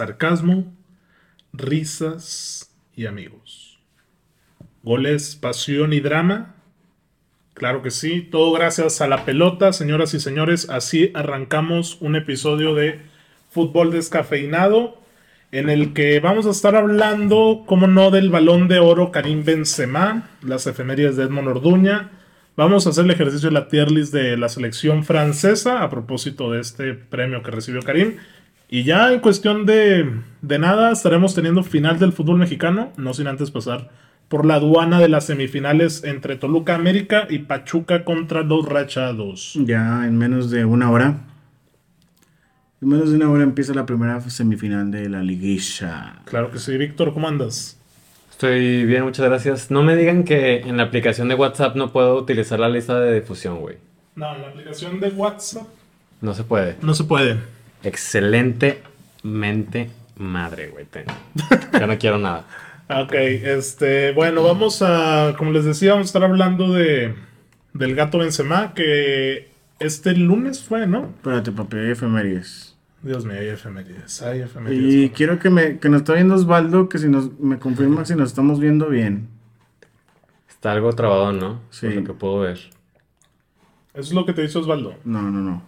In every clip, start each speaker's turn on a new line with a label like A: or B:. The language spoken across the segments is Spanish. A: sarcasmo, risas y amigos. Goles, pasión y drama. Claro que sí, todo gracias a la pelota, señoras y señores. Así arrancamos un episodio de Fútbol Descafeinado, en el que vamos a estar hablando, como no, del balón de oro Karim Benzema, las efemérides de Edmond Orduña. Vamos a hacer el ejercicio de la tier list de la selección francesa a propósito de este premio que recibió Karim. Y ya en cuestión de, de nada, estaremos teniendo final del fútbol mexicano, no sin antes pasar por la aduana de las semifinales entre Toluca América y Pachuca contra los Rachados.
B: Ya en menos de una hora. En menos de una hora empieza la primera semifinal de la liguilla.
A: Claro que sí, Víctor, ¿cómo andas?
C: Estoy bien, muchas gracias. No me digan que en la aplicación de WhatsApp no puedo utilizar la lista de difusión, güey.
A: No, en la aplicación de WhatsApp
C: No se puede.
A: no se puede.
C: Excelentemente madre, güey. te- Ya no quiero nada.
A: Ok, este, bueno, vamos a, como les decía, vamos a estar hablando de del gato Benzema, que este lunes fue, ¿no?
B: Espérate, papi, hay efemérides.
A: Dios mío, hay efemérides, hay efemérides.
B: Y quiero que, me, que nos está viendo Osvaldo, que si nos, me confirma si nos estamos viendo bien.
C: Está algo trabado, ¿no?
B: Sí.
C: Por lo que puedo ver.
A: Eso es lo que te dice Osvaldo.
B: No, no, no.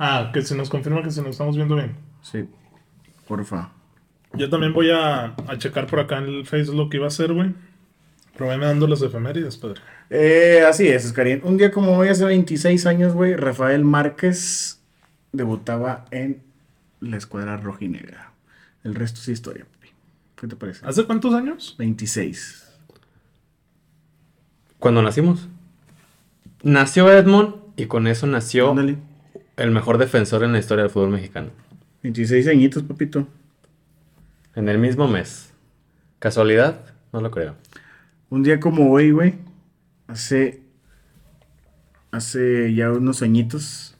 A: Ah, que se nos confirma que se nos estamos viendo bien.
B: Sí. Porfa.
A: Yo también voy a, a checar por acá en el Facebook lo que iba a hacer, güey. Pero veme dando las efemérides, padre.
B: Eh, así es, Oscarín. Un día como hoy, hace 26 años, güey, Rafael Márquez debutaba en la escuadra rojinegra. El resto es historia, papi. ¿Qué te parece?
A: ¿Hace cuántos años?
B: 26.
C: Cuando nacimos. Nació Edmond y con eso nació
B: Ándale.
C: el mejor defensor en la historia del fútbol mexicano.
B: 26 añitos, papito.
C: En el mismo mes. ¿Casualidad? No lo creo.
B: Un día como hoy, güey, hace. Hace ya unos añitos,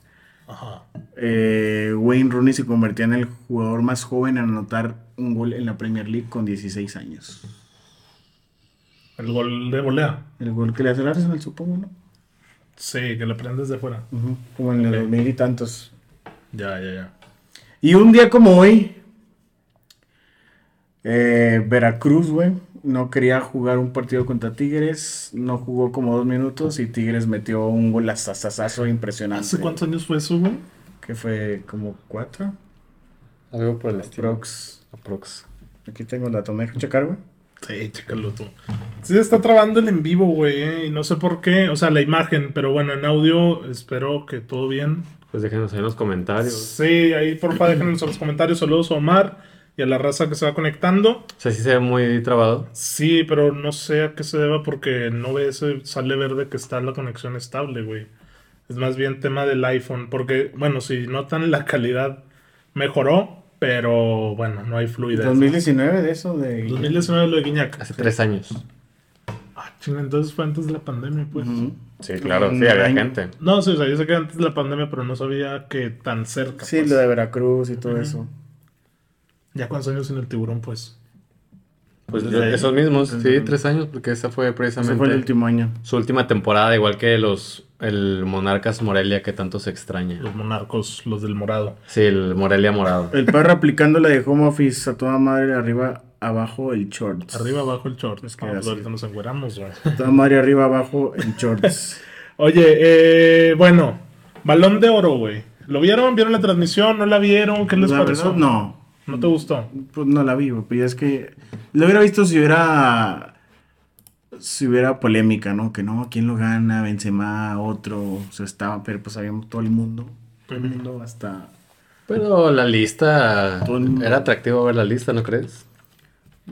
A: Ajá.
B: eh, Wayne Rooney se convertía en el jugador más joven en anotar un gol en la Premier League con 16 años.
A: El gol de volea.
B: El gol que le hace el Arsenal, supongo, ¿no?
A: Sí, que le prendes de fuera.
B: Ujú, Como en los 2000 y tantos.
A: Ya, ya, ya.
B: Y un día como hoy, eh, Veracruz, güey, no quería jugar un partido contra Tigres, no jugó como dos minutos y Tigres metió un golazazazazo impresionante.
A: ¿Hace cuántos años fue eso, güey?
B: Que fue como cuatro.
C: Algo por el estilo.
B: Prox.
C: Aprox.
B: Aquí tengo el dato, ¿me dejas checar, güey?
A: Sí, chécalo tú. Sí, se está trabando el en vivo, güey. eh, Y no sé por qué. O sea, la imagen, pero bueno, en audio espero que todo bien.
C: Pues déjenos ahí en los comentarios.
A: Sí, ahí porfa déjenos en los comentarios. Saludos a Omar y a la raza que se va conectando.
C: O sea, sí se ve muy trabado.
A: Sí, pero no sé a qué se deba porque no ve ese sale verde que está la conexión estable, güey. Es más bien tema del iPhone, porque, bueno, si notan la calidad mejoró, pero bueno, no hay fluidez.
B: 2019 de eso, de...
A: 2019 lo de Guiñac.
C: Hace tres años.
A: Ah, chinga, entonces fue antes de la pandemia, pues.
B: Ujú.
C: Sí,
B: claro, sí, había gente.
A: No, sí, o sea, yo sé que antes de la pandemia, pero no sabía que tan cerca.
B: Sí,
A: pues.
B: lo de Veracruz y todo
A: Ujú.
B: eso.
A: Ya cuántos años en el tiburón, pues.
C: Pues
A: Desde ahí.
C: esos mismos, sí,
B: Ujú.
C: tres años, porque esa fue
B: Ese
C: precisamente
B: fue el último año.
C: su última temporada, igual que los el Monarcas Morelia que tanto se extraña.
A: Los monarcos, los del morado.
C: Sí, el Morelia Morado.
B: El perro aplicando la de home office a toda madre arriba, abajo el shorts.
A: Arriba, abajo el short. Es
B: que
A: que
B: así.
A: ahorita nos encueramos, güey.
B: A toda madre arriba, abajo el shorts.
A: Oye, eh, bueno, Balón de Oro, güey. ¿Lo vieron? ¿Vieron la transmisión? ¿No la vieron? ¿Qué les
B: la
A: pareció?
B: verdad, no.
A: ¿No te gustó?
B: Pues no la vi, güey, pero es que lo hubiera visto si hubiera si hubiera polémica, ¿no? Que no, ¿quién lo gana? Benzema, otro, o sea, estaba, pero pues sabíamos todo el mundo, todo el mundo hasta
C: Pero la lista
B: Ton-
C: era atractivo ver la lista, ¿no crees?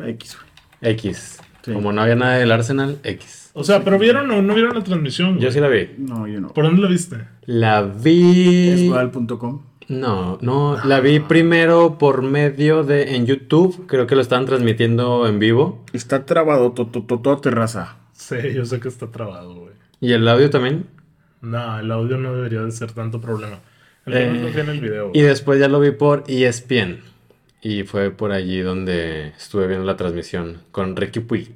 B: X, güey.
C: X.
B: Sí.
C: Como no había nada del Arsenal, X.
A: O sea, ¿pero vieron o no vieron la transmisión? güey?
C: Yo sí la vi.
B: No, yo no.
A: ¿Por dónde la viste?
C: La vi.
B: Escuadal.com.
C: No, no, la vi primero por medio de en YouTube, creo que lo estaban transmitiendo en vivo.
B: Está trabado todo terraza.
A: Sí, yo sé que está trabado, güey.
C: Y el audio también.
A: No, el audio no debería de ser tanto problema. El
C: Eh,
A: problema es en el video.
C: Y
A: güey.
C: después ya lo vi por E ESPN. Y fue por allí donde estuve viendo la transmisión con Ricky Puig.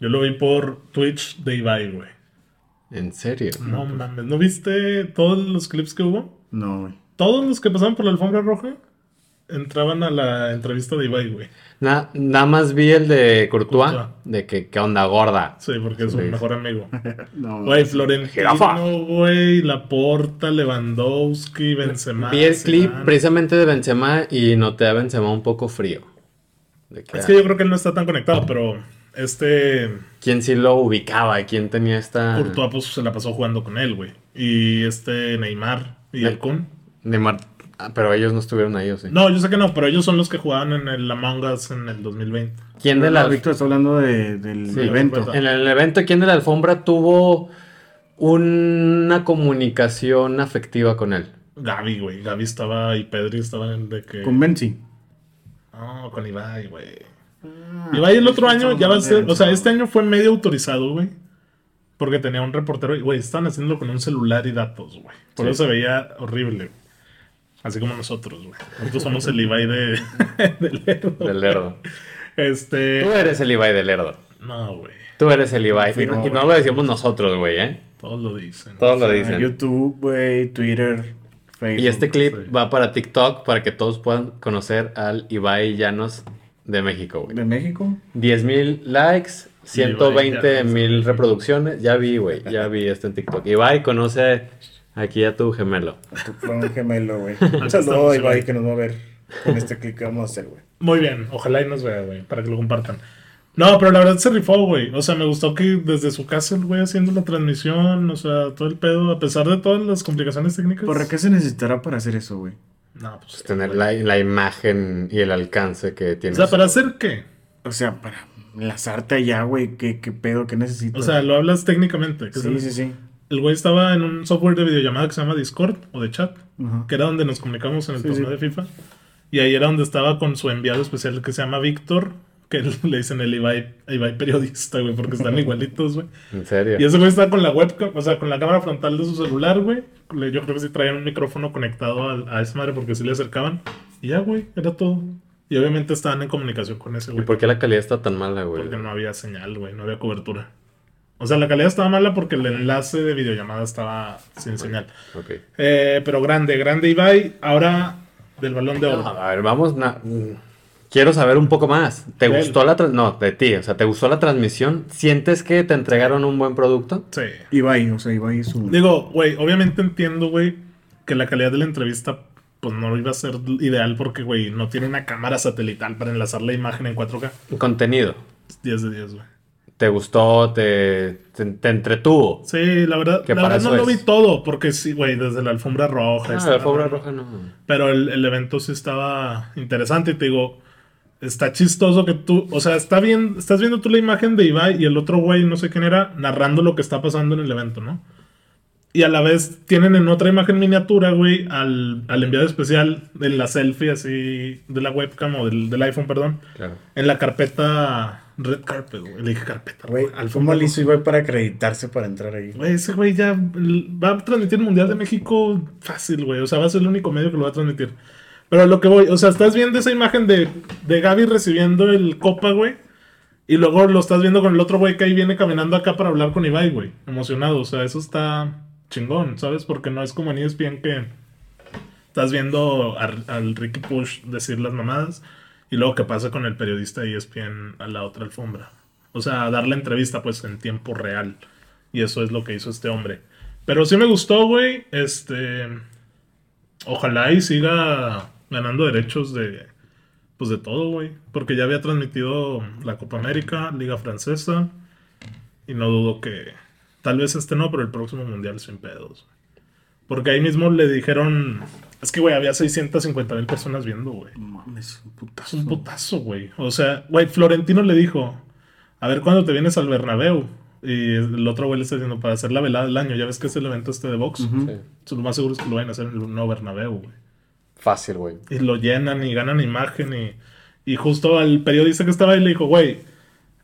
A: Yo lo vi por Twitch de Ibai, güey.
C: ¿En serio?
A: No
C: pues.
A: mames, ¿no viste todos los clips que hubo?
B: No, güey.
A: ¿Todos los que pasaron por la alfombra roja? entraban a la entrevista de Ibai, güey.
C: Na- nada más vi el de Courtois,
A: Courtois.
C: de que qué onda gorda.
A: Sí, porque es su
C: Sí. Pues,
A: mejor amigo.
B: No,
A: Güey, Florentino,
C: Jirafa.
A: güey, Laporta, Lewandowski, Benzema.
C: vi el clip
A: Zidane.
C: precisamente de Benzema y noté a Benzema un poco frío. De que, ah,
A: Es que yo creo que él no está tan conectado, pero este
C: ¿Quién sí lo ubicaba? ¿Quién tenía esta...?
A: Courtois pues, se la pasó jugando con él, güey. Y este Neymar y
C: Ne-
A: el Kun.
C: Neymar- Ah, pero ellos no estuvieron ahí, ¿o sí?
A: No, yo sé que no, pero ellos son los que jugaban en el Among Us en el 2020.
C: ¿Quién de
B: No,
C: las...
B: Víctor está hablando de- del
C: Sí,
B: evento.
A: pues,
C: En el evento, ¿quién de la alfombra tuvo una comunicación afectiva con él?
A: Gaby, güey. Gaby estaba y Pedri estaban de que.
B: Con Benzi.
A: No, con Ibai, güey. Ibai el otro año ya va a ser. O sea, este año fue medio autorizado, güey. Porque tenía un reportero y, güey, estaban haciéndolo con un celular y datos, güey. Por
C: Sí.
A: eso se veía horrible. Así como nosotros, güey. Nosotros somos el Ibai de. del Lerdo.
C: Del Lerdo. Tú
A: Este.
C: eres el Ibai del Lerdo.
A: No, güey.
C: Tú eres el Ibai. Y no,
B: Confirmo,
C: y no lo decimos nosotros, güey, ¿eh?
A: Todos lo dicen.
C: Todos lo
B: Ah,
C: dicen.
B: YouTube, güey, Twitter, Facebook.
C: Y este
A: sí.
C: clip va para TikTok para que todos puedan conocer al Ibai Llanos de México, güey.
B: ¿De México?
C: 10 mil likes,
A: Ibai
C: 120
A: Llanos.
C: mil reproducciones. Ya vi, güey. Ya vi esto en TikTok. Ibai conoce aquí a tu gemelo.
B: Tu clon gemelo, güey.
A: estamos,
B: Un saludo a Ibai
A: güey.
B: que nos va a ver con este clic que vamos a hacer, güey.
A: Muy bien, ojalá y nos vea, güey, para que lo compartan. No, pero la verdad se rifó, güey. O sea, me gustó que desde su casa el güey haciendo la transmisión, o sea, todo el pedo, a pesar de todas las complicaciones técnicas.
B: ¿Para qué se necesitará para hacer eso, güey?
A: No, pues
C: Tener
A: güey.
C: la, la imagen y el alcance que
A: O
C: tiene.
A: sea, ¿para hacer qué?
B: O sea, para enlazarte allá, güey. ¿Qué, qué pedo? ¿Qué necesitas?
A: O sea, lo hablas técnicamente. que
B: sí,
A: es el-
B: sí, sí.
A: El güey estaba en un software de videollamada que se llama Discord o de chat,
B: Ajá.
A: que era donde nos comunicamos en el
B: Sí,
A: torneo
B: sí.
A: de FIFA. Y ahí era donde estaba con su enviado especial que se llama Víctor, que le dicen el Ibai, Ibai periodista, güey, porque están igualitos, güey.
C: En serio.
A: Y ese güey está con la webcam, o sea, con la cámara frontal de su celular, güey. Le- Yo creo que sí traían un micrófono conectado a, a esa madre porque sí le acercaban. Y ya, güey, era todo. Y obviamente estaban en comunicación con ese
C: ¿Y
A: güey.
C: por qué la calidad está tan mala, güey?
A: Porque no había señal, güey, no había cobertura. O sea, la calidad estaba mala porque el enlace de videollamada estaba sin señal.
C: Ok.
A: Eh, pero grande, grande Ibai. Ahora del balón de oro.
C: A ver, vamos. na- mm, Quiero saber un poco más. ¿Te
A: Del-
C: gustó la transmisión? No, de ti. O sea, ¿te gustó la transmisión? ¿Sientes que te entregaron un buen producto?
A: Sí.
B: Ibai, o sea, Ibai es un...
A: Digo, güey, obviamente entiendo, güey, que la calidad de la entrevista, pues no iba a ser ideal porque, güey, no tiene una cámara satelital para enlazar la imagen en 4K.
C: Contenido.
A: 10 de 10, güey.
C: ¿Te gustó? ¿Te, te, te entretuvo?
A: Sí, la verdad,
C: Que
A: la
C: para
A: verdad no
C: eso
A: lo vi
C: es.
A: todo porque sí, güey, desde la alfombra roja.
C: Ah,
A: estaba-
C: la alfombra roja no.
A: Pero el, el evento sí estaba interesante y te digo, está chistoso que tú, o sea, está bien, estás viendo tú la imagen de Ibai y el otro güey, no sé quién era, narrando lo que está pasando en el evento, ¿no? Y a la vez tienen en otra imagen miniatura, güey, al, al enviado especial de la selfie así de la webcam o del, del iPhone, perdón,
C: Claro.
A: en la carpeta Red Carpet, güey. Le dije carpeta,
B: Güey, ¿cómo
A: alfombra
B: le hizo Ibai para acreditarse para entrar ahí?
A: Güey, ese güey ya l- va a transmitir el Mundial de México fácil, güey. O sea, va a ser el único medio que lo va a transmitir. Pero a lo que voy, o sea, estás viendo esa imagen de, de Gaby recibiendo el copa, güey. Y luego lo estás viendo con el otro güey que ahí viene caminando acá para hablar con Ibai, güey. Emocionado, o sea, eso está chingón, ¿sabes? Porque no es como en E ESPN que estás viendo ar- al Ricky Push decir las mamadas. Y luego que pasa con el periodista de E ESPN a la otra alfombra. O sea, dar la entrevista pues en tiempo real. Y eso es lo que hizo este hombre. Pero sí me gustó, güey. Este. Ojalá y siga ganando derechos de. Pues de todo, güey. Porque ya había transmitido la Copa América, Liga Francesa. Y no dudo que. Tal vez este no, pero el próximo mundial sin pedos. Porque ahí mismo le dijeron. Es que, güey, había 650 mil personas viendo, güey.
B: No mames, un
A: Es
B: putazo.
A: un putazo, güey. O sea, güey, Florentino le dijo, a ver cuándo te vienes al Bernabéu. Y el otro güey le está diciendo, para hacer la velada del año, ya ves que es el evento este de box.
B: Ujú.
C: Sí.
A: Eso Lo más seguro es que lo vayan a hacer en el nuevo Bernabéu, güey.
C: Fácil, güey.
A: Y lo llenan y ganan imagen y, y justo al periodista que estaba ahí le dijo, güey,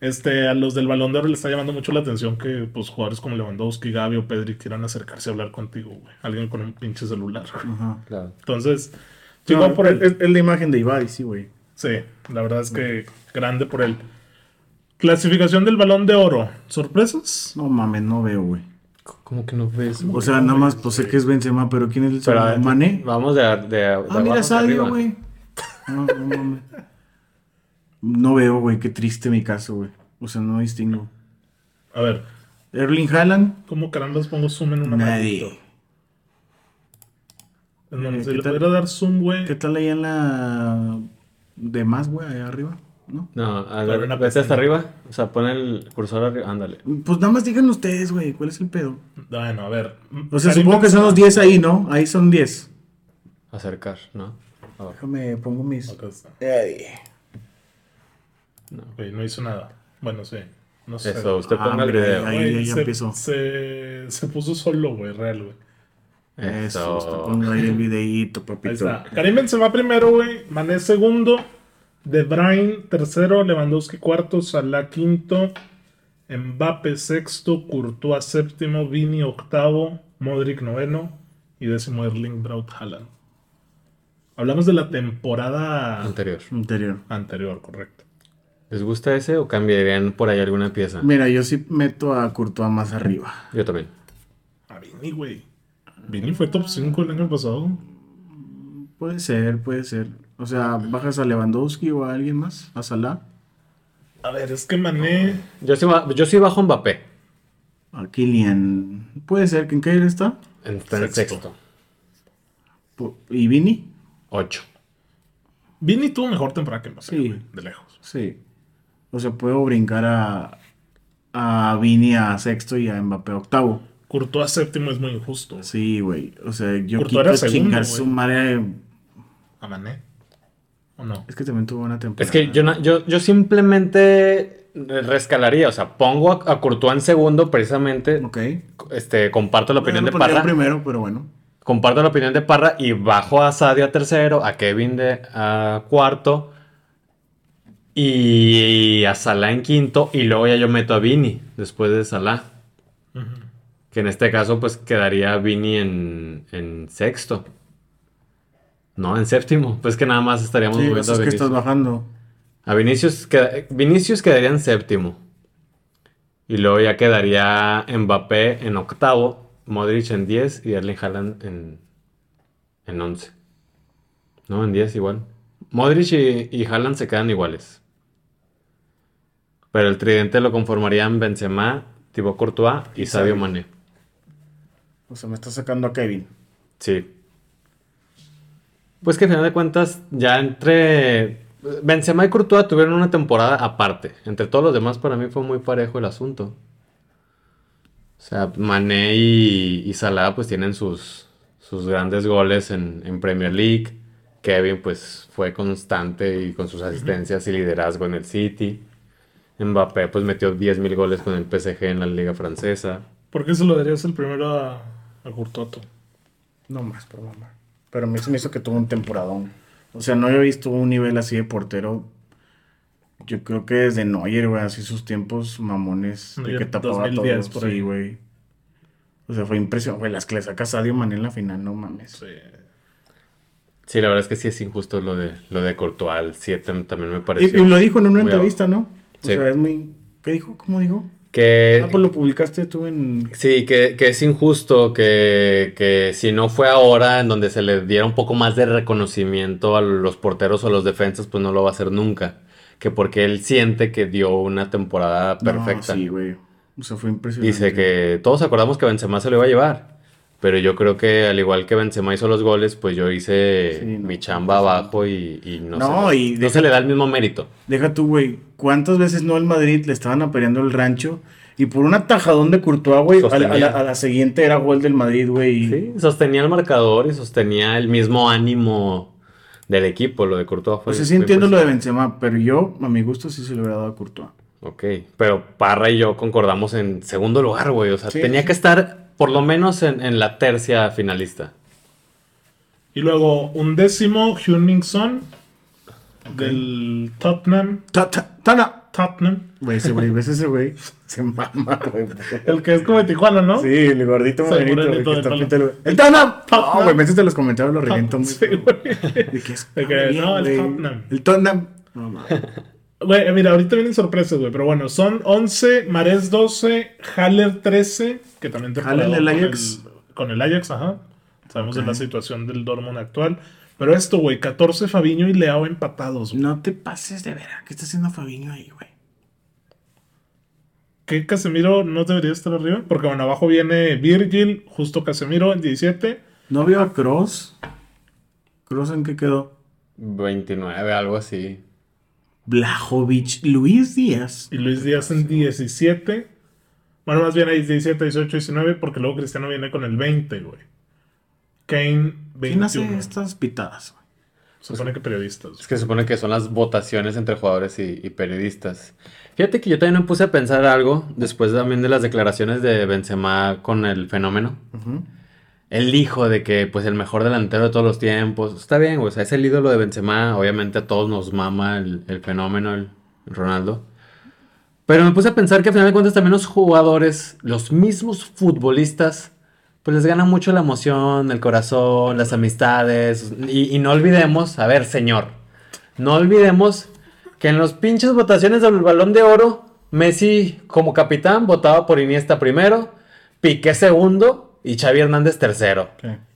A: este, a los del Balón de Oro le está llamando mucho la atención que pues jugadores como Lewandowski, Gaby o Pedri quieran acercarse a hablar contigo, güey. Alguien con un pinche celular, güey.
B: Ajá.
C: Claro.
A: Entonces,
B: Sí,
A: digo,
B: no,
A: por el-
B: es, es la imagen de Ibai, sí, güey.
A: Sí, la verdad es que grande por él. Clasificación del balón de oro. ¿Sorpresas?
B: No mames, no veo, güey.
C: ¿Cómo que no ves?
B: O sea, nada más, pues sé que es Benzema, pero ¿quién es el
C: Pero,
B: segundo? ¿Mané?
C: Vamos de, de, de
B: Ah, mira,
C: abajo hacia
B: Sadio,
C: arriba.
B: güey. No, no mames. No veo, güey. Qué triste mi caso, güey. O sea, no distingo.
A: A ver,
B: Erling Haaland.
A: ¿cómo carambas pongo zoom en una
B: Nadie.
A: En donde
B: Eh,
A: se
B: ¿qué
A: le
B: tal?
A: pudiera dar zoom, güey.
B: ¿Qué tal ahí en la. de más, güey? Allá arriba, ¿no?
C: No, a
A: Abre
C: ver,
A: una
C: vete hasta
A: pestaña.
C: arriba. O sea, pon el cursor arriba. Ándale.
B: Pues nada más digan ustedes, güey. ¿Cuál es el pedo?
A: Bueno, a ver.
B: O sea, supongo que son los 10 ahí, ¿no? Ahí son 10.
C: Acercar, ¿no? Abajo.
B: Déjame, pongo mis.
A: Acá está.
B: Nadie.
C: No.
A: Güey, no hizo nada. Bueno, sí. No sé.
C: Eso, usted
B: Ah,
C: ponga el
B: hombre,
C: video.
B: ahí.
A: Güey,
B: ya
A: se,
B: empezó.
A: Se, se puso solo, güey, real, güey.
B: Eso, te
C: Eso.
B: pongo ahí el videíto, papito.
A: Ahí está. Karim Benzema primero, güey. Mané segundo. De Bruyne tercero. Lewandowski cuarto. Salah quinto. Mbappe sexto. Courtois séptimo. Vini octavo. Modric noveno. Y décimo Erling Braut Haaland. Hablamos de la temporada
C: Anterior.
B: Interior.
A: anterior, correcto.
C: ¿Les gusta ese o cambiarían por ahí alguna pieza?
B: Mira, yo sí meto a Courtois más arriba.
C: Yo también.
A: A Vini, güey. Vini fue top 5 el año pasado.
B: Puede ser, puede ser. O sea, bajas a Lewandowski o a alguien más, a Salah,
A: A ver, es que Mané.
C: Yo sí, ba- yo sí bajo Mbappé.
B: a Kylian. Puede ser, ¿en qué aire está?
C: Está en
A: Sexto.
C: sexto.
B: Po- ¿Y Vini?
C: Ocho.
A: Vini tuvo mejor temporada que Mbappé,
B: Sí.
A: güey, de lejos.
B: Sí. O sea, puedo brincar a, a Vini a sexto y a Mbappé a octavo.
A: Courtois séptimo es muy injusto.
B: Sí, güey. O sea, yo
A: Courtois
B: quito
A: era
B: a
A: segundo,
B: chingar
A: güey.
B: su madre.
A: A Mané. ¿O no?
B: Es que también tuvo una temporada.
C: Es que yo, na- yo, yo simplemente re- rescalaría, o sea, pongo a, a Courtois en segundo precisamente,
B: Ok.
C: este, comparto la opinión
B: Bueno,
C: de
B: lo pondría
C: Parra,
B: primero, pero bueno.
C: comparto la opinión de Parra y bajo a Sadio a tercero, a Kevin de a cuarto y a Salah en quinto y luego ya yo meto a Vini después de Salah,
A: Ujú.
C: que en este caso pues quedaría Vini en, en sexto. No, en séptimo, pues que nada más estaríamos
B: Sí, o
C: moviendo
B: sea, es que
C: Vinicius.
B: estás bajando.
C: A Vinicius, queda- Vinicius quedaría en séptimo. Y luego ya quedaría Mbappé en octavo, Modric en 10 y Erling Haaland en, en 11. No, en 10 igual. Modric y, y Haaland se quedan iguales. Pero el tridente lo conformarían Benzema, Thibaut Courtois y Sadio Mané.
B: O sea, me estás sacando a Kevin.
C: Sí. Pues que al final de cuentas, ya entre. Benzema y Courtois tuvieron una temporada aparte. Entre todos los demás, para mí fue muy parejo el asunto. O sea, Mané y, y Salah pues tienen sus, sus grandes goles en, en Premier League. Kevin pues fue constante y con sus asistencias y liderazgo en el City. Mbappé pues metió 10.000 goles con el PSG en la Liga Francesa.
A: ¿Por qué se lo darías el primero a, a Courtois tú?
B: No más, por mamá. Pero a mí se me hizo que tuvo un temporadón. O sea, no había visto un nivel así de portero. Yo creo que desde Neuer, güey, así sus tiempos mamones. De
A: Neuer,
B: que tapaba
A: 2010
B: todo.
A: por ahí.
B: Sí, güey. O sea, fue impresionante. Güey, las que le saca Sadio Mané en la final, no mames.
A: Sí.
C: Sí, la verdad es que sí es injusto lo de lo de Courtois al 7 también me
B: Y,
C: pareció.
B: y lo dijo en una
C: Muy
B: entrevista, ¿no? O
C: Sí. Eh,
B: sea, es muy. ¿Qué dijo? ¿Cómo dijo?
C: Que
B: Ah, pues lo publicaste tú en.
C: sí, que, que es injusto que, que si no fue ahora en donde se le diera un poco más de reconocimiento a los porteros o a los defensas, pues no lo va a hacer nunca. Que porque él siente que dio una temporada perfecta.
B: No, sí, güey. O sea, fue impresionante.
C: Dice que todos acordamos que Benzema se lo iba a llevar. Pero yo creo que al igual que Benzema hizo los goles, pues yo hice
B: Sí, no,
C: mi chamba abajo y, y no,
B: No,
C: se,
B: y
C: no
B: deja-
C: se le da el mismo mérito.
B: Deja tú, güey. ¿Cuántas veces no el Madrid le estaban apaleando el rancho? Y por un atajadón de Courtois, güey, a la, a la- a la siguiente era gol del Madrid, güey. y-
C: Sí, sostenía el marcador y sostenía el mismo ánimo del equipo, lo de Courtois.
B: O
C: fue- pues,
B: sea, Pues, sí
C: fue
B: entiendo lo de Benzema, pero yo, a mi gusto, sí se lo hubiera dado a Courtois.
C: impresionante. Ok, pero Parra y yo concordamos en segundo lugar, güey. O sea,
B: Sí,
C: tenía
B: sí.
C: que estar por lo menos en, en la tercia finalista.
A: Y luego, undécimo, Hyun-Min Son, del Tottenham.
B: Ta- ta- ¡Tana!
A: Tottenham.
B: Güey, ese güey, ves ese güey. Se mama, güey.
A: El que es como de Tijuana, ¿no?
B: Sí, el gordito
A: Sí,
B: morenito,
A: morenito
B: güey, que
A: de
B: está
A: pelo.
B: pinta el güey. ¡El Tana!
A: Tottenham.
B: No, güey, métete en los comentarios, lo reviento muy.
A: Sí,
B: feo.
A: güey.
B: ¿De qué es?
A: De que, no, el
B: güey.
A: Tottenham.
B: El Tottenham. No, no.
A: Güey, eh, mira, ahorita vienen sorpresas, güey. Pero bueno, son 11, Marés 12, Haller 13, que también te
B: Haller del Ajax.
A: Con el, Ajax, ajá. Sabemos de
B: Ok.
A: la situación del Dortmund actual. Pero esto, güey, 14 Fabiño y Leao empatados. güey.
B: No te pases de vera. ¿Qué está haciendo Fabiño ahí, güey?
A: ¿Qué Casemiro no debería estar arriba? Porque bueno, abajo viene Virgil, justo Casemiro en 17.
B: ¿No vio a Cross? ¿Cross en qué quedó?
C: 29, algo así.
B: Blajovic, Luis Díaz.
A: Y Luis Díaz en 17. Bueno, más bien ahí 17, 18, 19, porque luego Cristiano viene con el 20, güey. Kane,
B: ¿Quién hace
A: 21. Se
B: estas pitadas? güey?
A: supone que periodistas. güey.
C: Es que se supone que son las votaciones entre jugadores y, y periodistas. Fíjate que yo también me puse a pensar algo después también de las declaraciones de Benzema con el fenómeno.
B: Ujú.
C: El hijo de que, pues, el mejor delantero de todos los tiempos. Está bien, güey. O sea, es el ídolo de Benzema. Obviamente a todos nos mama el, el fenómeno, el, el Ronaldo. Pero me puse a pensar que al final de cuentas también los jugadores, los mismos futbolistas, pues les gana mucho la emoción, el corazón, las amistades. Y, y no olvidemos, a ver, señor, no olvidemos que en los pinches votaciones del Balón de Oro, Messi como capitán votaba por Iniesta primero, Piqué segundo y Xavi Hernández tercero.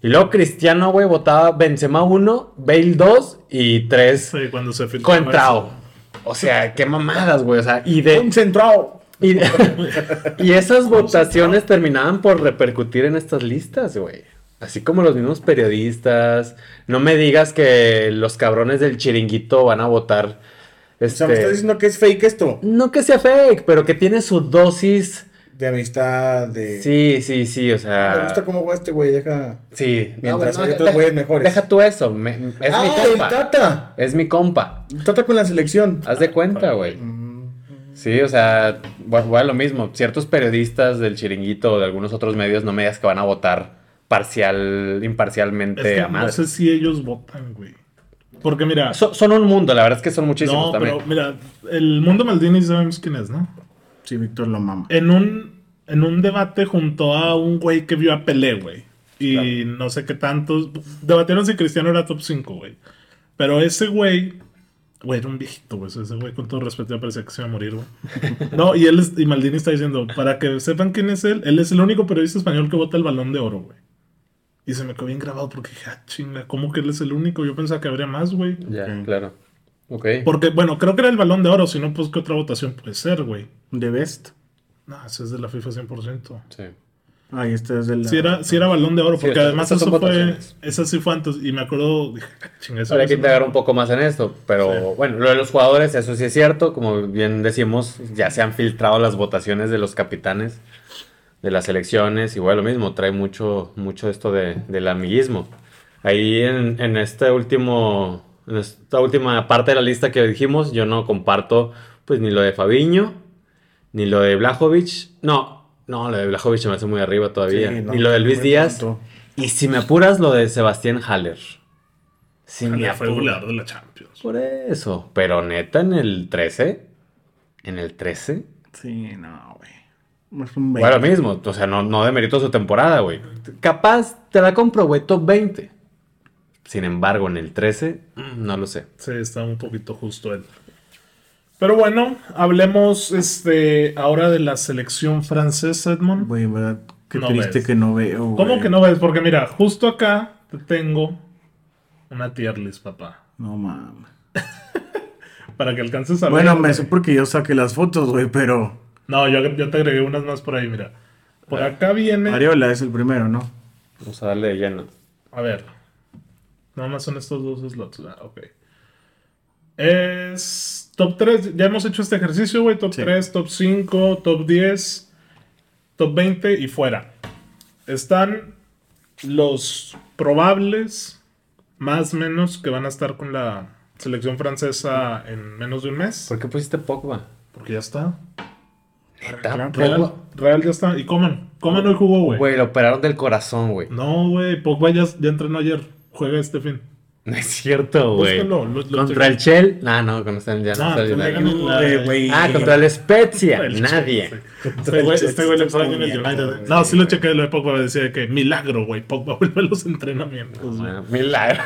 C: Y luego Cristiano, güey, votaba Benzema 1, Bale 2 y 3
A: Sí, Este, cuando se filtró
C: con
A: eso.
C: Trao. O sea, qué mamadas, güey. O sea, y de.
B: Concentrado.
C: Y, de- y esas votaciones terminaban por repercutir en estas listas, güey. Así como los mismos periodistas. No me digas que los cabrones del chiringuito van a votar.
D: O sea, me estás
C: Este,
D: diciendo que es fake esto.
C: no que sea fake, pero que tiene su dosis.
D: De amistad, de.
C: Sí, sí, sí, o
D: Me
C: sea.
D: gusta cómo juega este güey, deja.
C: Sí,
D: Mientras
C: güey,
D: hay otros
C: deja-
D: güeyes mejores.
C: Deja tú eso. me- es
D: ah,
C: mi
D: el
C: compa.
D: Tata.
C: Es mi compa.
D: El Tata con la selección.
C: Haz de cuenta, güey. Sí, o sea, bueno, igual lo mismo. Ciertos periodistas del chiringuito o de algunos otros medios no me digas que van a votar parcial,
A: Es
C: imparcialmente
A: que
C: a
A: no
C: madre.
A: sé si ellos votan, güey. Porque mira,
C: So- son un mundo, la verdad es que son muchísimos
A: no,
C: también.
A: pero mira, el mundo Maldini sabemos quién es, ¿no?
B: Sí, Víctor lo mama.
A: En un, en un debate junto a un güey que vio a Pelé, güey. Y no sé qué tantos. Debatieron si Cristiano era top 5, güey. Pero ese güey. Güey, era un viejito, güey. Ese güey, con todo respeto, ya parecía que se iba a morir, güey. No, y él es- y Maldini está diciendo, para que sepan quién es él, él es el único periodista español que vota el balón de oro, güey. Y se me quedó bien grabado porque dije, ah, chinga, ¿cómo que él es el único? Yo pensaba que habría más, güey.
C: Ya,
B: Ok.
C: claro. Ok.
A: Porque, bueno, creo que era el balón de oro, si no, pues, ¿qué otra votación puede ser, güey?
B: The Best.
A: No, ese es de la FIFA 100%.
C: Sí.
B: Ahí está es de la...
A: Si era, sí era balón de oro,
C: Sí,
A: porque
C: estas-
A: además
C: estas son
A: eso fue.
C: votaciones.
A: Esa sí fue antes. Y me acuerdo, dije, "Ah, chinga, eso
C: Habría
A: no
C: que
A: se me
C: integrar
A: ocurre".
C: un poco más en esto, pero
A: Sí.
C: bueno, lo de los jugadores, eso sí es cierto, como bien decimos, ya se han filtrado las votaciones de los capitanes de las selecciones, igual lo mismo, trae mucho, mucho esto de, del amiguismo. Ahí en, en este último, en esta última parte de la lista que dijimos, yo no comparto pues ni lo de Fabiño, ni lo de Blajovic, no, no, lo de Blajovic se me hace muy arriba todavía,
B: Sí, no,
C: ni lo de Luis
B: muy
C: Díaz,
B: pronto.
C: y si me apuras lo de Sebastián Haller. Si
A: Ah,
C: me
A: ya fue
C: apuras.
A: goleador de la Champions.
C: Por eso. Pero neta, en el 13. En el 13.
B: Sí, no, güey. Más un 20.
C: Bueno, lo mismo. O sea, no, no demerito su temporada, güey. Capaz te la compro, güey, top 20. Sin embargo, en el 13, mm, no lo sé.
A: Sí, está un poquito justo él. Pero bueno, hablemos este ahora de la selección francesa, Edmond.
B: Güey, en verdad, qué
A: No
B: triste
A: ves.
B: que no veo, güey.
A: ¿Cómo que no ves? Porque mira, justo acá te tengo una tier list, papá.
B: No, mames.
A: Para que alcances a
B: Bueno,
A: ver.
B: me sé porque yo saqué las fotos, güey, pero...
A: No, yo, yo te agregué unas más por ahí, mira. Por
B: Ah,
A: acá viene.
B: Ariola es el primero, ¿no?
C: Vamos a darle de lleno.
A: A ver. Nada más son estos dos slots. Ah, ok. Es top 3. Ya hemos hecho este ejercicio, güey. Top
B: Sí.
A: 3, top 5, top 10, top 20 y fuera. Están los probables, más menos, que van a estar con la selección francesa en menos de un mes.
C: ¿Por qué pusiste Pogba?
A: Porque ya está.
C: Neta,
A: Real,
C: Pogba.
A: Real ya está. Y Coman. Coman hoy jugó, güey.
C: Güey, lo operaron del corazón, güey.
A: No, güey. Pogba ya, ya entrenó ayer. Juega este fin.
C: No es cierto, güey.
A: Búscalo, lo- lo-
C: Contra el Chel. No, no, con el ya no
A: Ah,
C: está el
A: contra el
C: United.
A: United.
B: Güey, güey.
C: Ah, contra el Spezia.
A: El
C: Nadie.
A: Chelsea. Este güey, este güey le fue bien el
B: puñetazo,
A: United. No, sí lo chequé lo de Pogba. Decía de que milagro, güey. Pogba vuelve a los entrenamientos.
C: Bueno, milagro.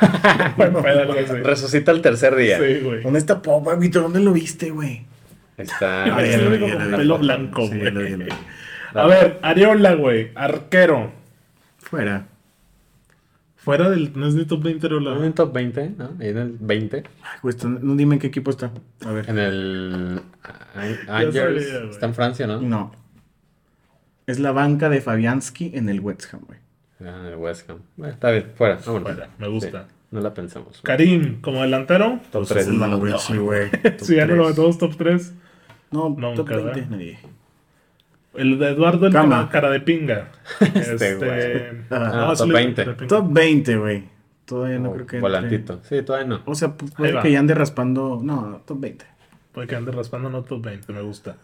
A: Buen pedo que sí.
C: Resucita el tercer día.
A: Sí, güey.
B: ¿Dónde está Pogba, Víctor? ¿Dónde lo viste, güey?
C: Está.
A: Ah,
B: ya
A: es el
B: lo vi,
A: único
B: ya lo
A: con
B: vi.
A: pelo blanco,
B: Sí,
A: güey.
B: lo vi, lo vi.
A: A ver, Ariola, güey. Arquero.
B: Fuera.
A: Fuera del. No es ni top 20, pero la-
C: En el top 20, ¿no? Ahí en el 20.
B: Ay, güey, está- no dime en qué equipo está. A ver.
C: En el. Ang- Angers.
A: sabía, güey.
C: Está en Francia, ¿no?
B: No. Es la banca de Fabianski en el West Ham, güey.
C: Ah, en el West Ham. Bueno, está bien, fuera. vámonos.
A: Fuera, me gusta.
C: Sí, no la pensamos.
A: Karim, como delantero.
C: Top
B: Pues
C: 3.
B: es el Manuel, sí, güey. Top
A: Si ya no lo
B: tres.
A: todos top 3.
B: No,
A: Nunca,
B: top 20,
A: ¿verdad?
B: nadie.
A: El de Eduardo, el
B: Cama.
A: cara, cara de pinga. Este.
C: güey.
A: no,
C: Ah,
A: es
C: top
A: el-
C: 20.
A: de pinga.
B: Top 20, güey. Todavía no creo que. entre.
C: Oh, Volantito. Sí, todavía no.
B: O sea, pu-
A: Ahí
B: puede
A: va.
B: que ya ande raspando. No, top 20.
A: Puede que ande raspando, no top 20, me gusta.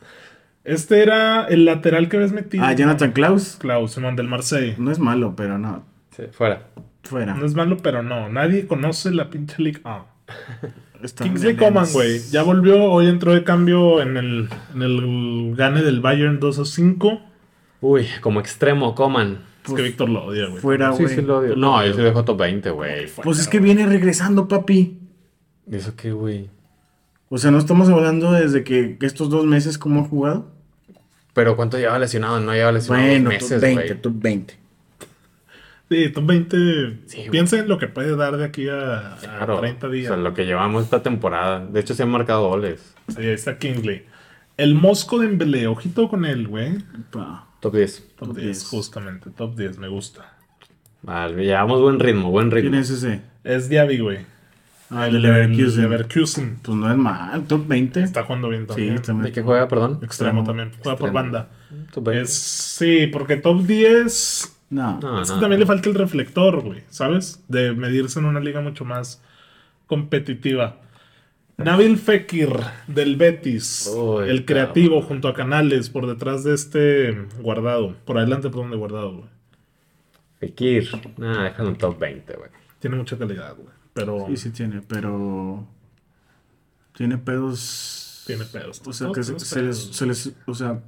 A: Este era el lateral que habías metido.
B: Ah, Jonathan Klaus.
A: Klaus, Simón del Marseille.
B: No es malo, pero no.
C: Sí, fuera.
B: Fuera.
A: No es malo, pero no. Nadie conoce la pinche League Ah, A.
B: Está
A: Kingsley
B: bien,
A: Coman,
B: es-
A: güey. Ya volvió. Hoy entró de cambio en el, en el gane del Bayern 2 a 5.
C: Uy, como extremo, coman.
A: Es que Víctor lo odia, güey.
B: Fuera, Ah,
C: Sí,
B: güey.
C: sí lo odio. No, yo sí dejo top 20, güey.
B: Pues es que viene regresando, papi.
C: ¿Y eso qué, güey?
B: O sea, no estamos hablando desde que que estos dos meses cómo ha jugado.
C: Pero ¿cuánto lleva lesionado? No lleva lesionado dos
B: Bueno,
C: meses,
B: top 20,
C: güey.
B: top 20.
A: Sí, top 20.
C: Sí, güey.
A: Piensa en lo que puede dar de aquí a, a
C: Claro.
A: 30 días.
C: O sea, lo que llevamos esta temporada. De hecho, se han marcado goles.
A: Sí, ahí está Kingsley. El Mosco de Embele. Ojito con él, güey.
B: Pa.
C: Top 10.
A: Top,
B: Top
A: 10,
B: 10.
A: justamente. Top 10, me gusta.
C: Vale, llevamos buen ritmo, buen
B: ¿Quién
C: ritmo.
B: es ese?
A: Es Diaby, güey.
B: Ah, el de Leverkusen.
A: Leverkusen.
B: Pues no es mal, top 20.
A: Está jugando bien
B: sí,
A: también.
B: también.
C: ¿De qué juega, perdón?
A: Extremo
B: Extremo.
A: también. Juega por
C: Extremo.
A: banda.
C: Top 20.
A: Es, sí, porque top 10
B: No.
C: No,
A: Es que
C: Ah, no.
A: también le falta el reflector, güey, ¿sabes? De medirse en una liga mucho más competitiva. Nabil Fekir del Betis,
C: Uy,
A: el
C: cabrón.
A: creativo junto a Canales por detrás de este guardado, por adelante por donde guardado, güey.
C: Fekir. Nah, déjalo en top 20, güey.
A: Tiene mucha calidad, güey, pero
B: Sí, sí tiene, pero. Tiene pedos.
A: Tiene pedos.
B: O sea,
A: Todos
B: que se,
A: tenemos
B: se les,
A: pedos.
B: se les- O sea,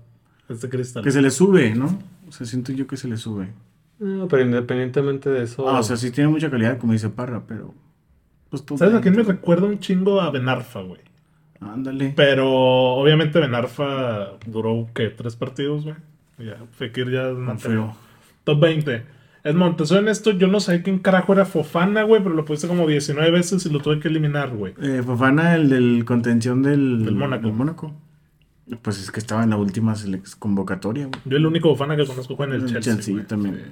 A: este cristal.
B: que se les sube, ¿no? O sea, siento yo que se les sube.
C: No, pero independientemente de eso.
B: Ah, o sea, sí tiene mucha calidad, como dice Parra, pero. Pues top
A: ¿Sabes a quién me
B: 20.
A: recuerda un chingo a Benarfa, güey?
B: Ándale.
A: Pero obviamente Benarfa duró, ¿qué? ¿Tres partidos, güey? Y Ya, Fekir ya mantuvo.
B: Pero.
A: Top 20. Edmond, en esto, yo no sabía quién carajo era Fofana, güey, pero lo puse como 19 veces y lo tuve que eliminar, güey.
B: Eh, Fofana, el del contención del.
A: Del Mónaco.
B: del Mónaco. Pues es que estaba en la última selec- convocatoria, güey.
A: Yo el único Fofana que conozco fue en el
B: El
A: Chelsea.
B: Chelsea,
A: güey.
B: yo también.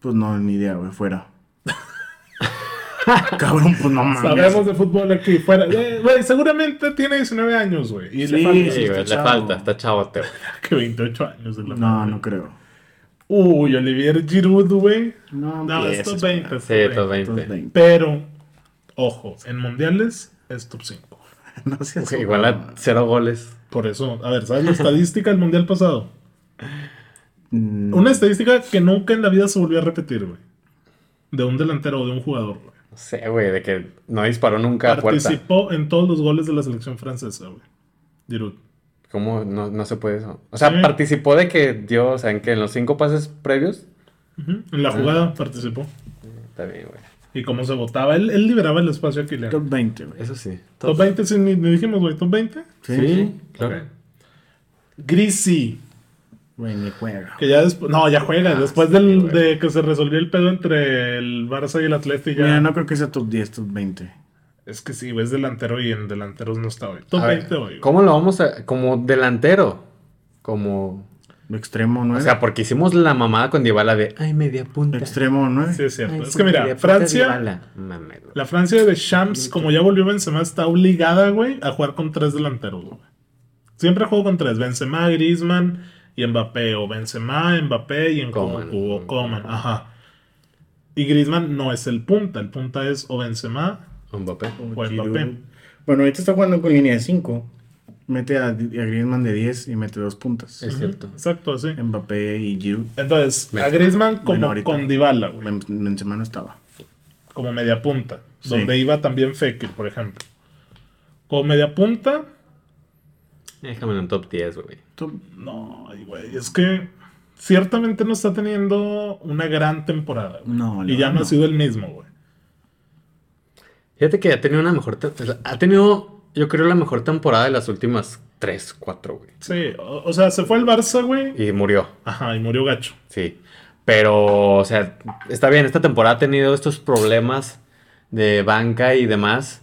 B: Pues no, ni idea, güey, fuera. Cabrón, pues no mames.
A: Sabemos de fútbol aquí fuera. Eh, Güey, seguramente tiene 19 años, güey. Y le
B: Sí.
A: falta
C: Sí, güey, le
B: está chavo.
C: falta, está chavote, güey.
A: que 28 años. De la
B: No,
A: madre.
B: no creo.
A: Uy, Olivier Giroud, güey.
B: No, pues,
A: No, es
B: empieces,
A: top 20.
B: güey.
A: es
C: Sí, top
A: top 20.
C: 20.
A: Pero, ojo, en mundiales es top 5.
B: No seas
C: Ok, igual a cero goles.
A: Por eso, a ver, ¿sabes la estadística del mundial pasado?
B: Mm,
A: Una estadística que nunca en la vida se volvió a repetir, güey. De un delantero o de un jugador, güey.
C: No sé, güey, de que no disparó nunca a puerta.
A: Participó en todos los goles de la selección francesa, güey. Giroud.
C: ¿Cómo no, no se puede eso? O sea,
A: Sí.
C: participó de que dio, o sea, en que en los cinco pases previos.
A: Ujú. En la jugada participó.
C: Está bien, güey.
A: Y cómo se votaba, él, él liberaba el espacio aquí. Top,
B: Top 20, güey.
C: Eso sí.
A: top 20, sí, ni, ni dijimos, güey, top 20.
C: Sí, claro.
A: Ok. Grisi,
B: Güey, ni juega.
A: que ya después. No, ya juega.
C: Ah,
A: después
C: sí,
A: del-
C: güey.
A: de que se resolvió el pedo entre el Barça y el Atlético.
B: Mira, no creo que sea top 10, top 20.
A: Es que sí, güey, es delantero y en delanteros no está hoy. Top
C: A ver,
A: 20 hoy. güey.
C: ¿Cómo lo vamos a. como delantero? Como.
B: Extremo
C: O
B: 9.
C: sea, porque hicimos la mamada con Dybala de. Ay, media punta.
B: Extremo 9.
A: Sí, es
C: Ay,
A: cierto. Es
C: puta,
A: que mira,
C: media punta
A: Francia.
C: Dybala. Mames, güey.
A: La Francia de Champs, como ya volvió Benzema, está obligada, güey, a jugar con tres delanteros, güey. Siempre juego con tres. Benzema, Griezmann y Mbappé. O Benzema, Mbappé y en
C: Coman.
A: o Coman. Ajá. Y Griezmann no es el punta. El punta es o Benzema
C: Mbappé.
A: o Mbappé.
B: Bueno, ahorita está jugando con línea de 5. Mete a, a Griezmann de 10 y mete dos puntas.
C: Es cierto.
A: Exacto, así.
B: Mbappé y Giroud.
A: Entonces, a
C: Benzema.
A: Griezmann como
B: Bueno, ahorita.
A: con Dybala, güey.
B: Ben- Benzema no estaba.
A: Como media punta.
B: Sí.
A: Donde iba también Fekir, por ejemplo. Como media punta.
C: Déjamelo en top 10, güey.
B: Top-
A: No, ay, güey, es que ciertamente no está teniendo una gran temporada. güey.
B: No,
A: y
B: la
A: ya
B: verdad
A: no ha
B: no.
A: sido el mismo, güey.
C: Fíjate que ha tenido una mejor. te- o sea, Ha tenido, yo creo, la mejor temporada de las últimas 3, 4, güey.
A: Sí, o, o sea, se fue al Barça, güey.
C: Y murió.
A: Ajá, y murió gacho.
C: Sí. Pero, o sea, está bien, esta temporada ha tenido estos problemas de banca y demás.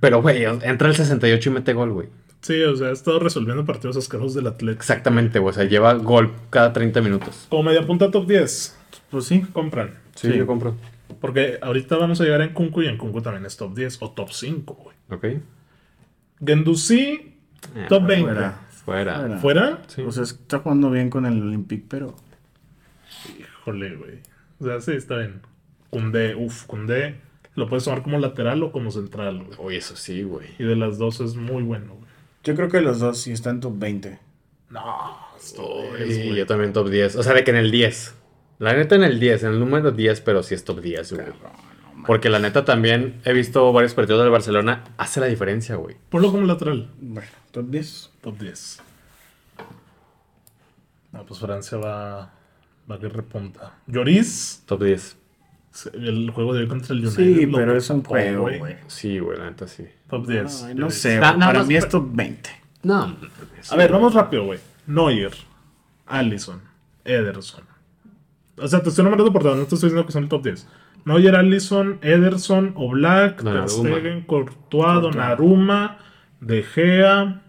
C: Pero, güey, entra el 68 y mete gol, güey.
A: Sí, o sea, ha estado resolviendo partidos asquerosos del Atlético.
C: Exactamente, güey. O sea, lleva gol cada 30 minutos.
A: Como media punta top 10,
B: Pues sí.
A: compran.
B: Sí.
C: yo compro.
A: Porque ahorita vamos a llegar en Kunku y en Kunku también es top 10 o top 5, güey.
C: Ok.
A: Gendouzi,
C: Eh,
A: Eh, top
C: fuera.
A: 20.
B: Fuera.
C: Fuera.
A: ¿Fuera?
C: Sí.
B: O sea, está jugando bien con el Olympic, pero.
A: Híjole, güey. O sea, sí, está bien. Cundé, uff, Cundé. Lo puedes tomar como lateral o como central, güey.
C: Oye, eso sí, güey.
A: Y de las dos es muy bueno, güey.
D: Yo creo que los dos sí están top 20.
A: No, esto es,
C: Y
A: güey.
C: yo también top 10. O sea, de que en el 10. La neta en el 10, en el número 10, pero sí es top 10, güey. Porque la neta también he visto varios partidos del Barcelona. Hace la diferencia, güey.
A: Ponlo como lateral.
D: Bueno, top 10.
A: Top 10. No, pues Francia va. Va que repunta. Lloris.
C: Top 10.
A: se- El juego de hoy contra el United.
B: Sí,
A: lo
B: pero es un
A: tocó,
B: juego, güey.
C: Sí, güey, la neta sí.
A: Top 10.
B: Ay, Pues, no
A: Lloris.
B: sé,
C: Na-
B: güey,
C: nada
B: para
C: más
B: mí
C: pa-
B: es top 20.
C: No.
A: A ver, vamos rápido, güey. Neuer. Allison. Ederson. O sea, te estoy nombrando por todos, no te estoy diciendo que son el top 10. Neuer, Allison, Ederson, Oblak, Ter
C: Donnarumma.
A: Stegen, Courtois, Donnarumma, De Gea.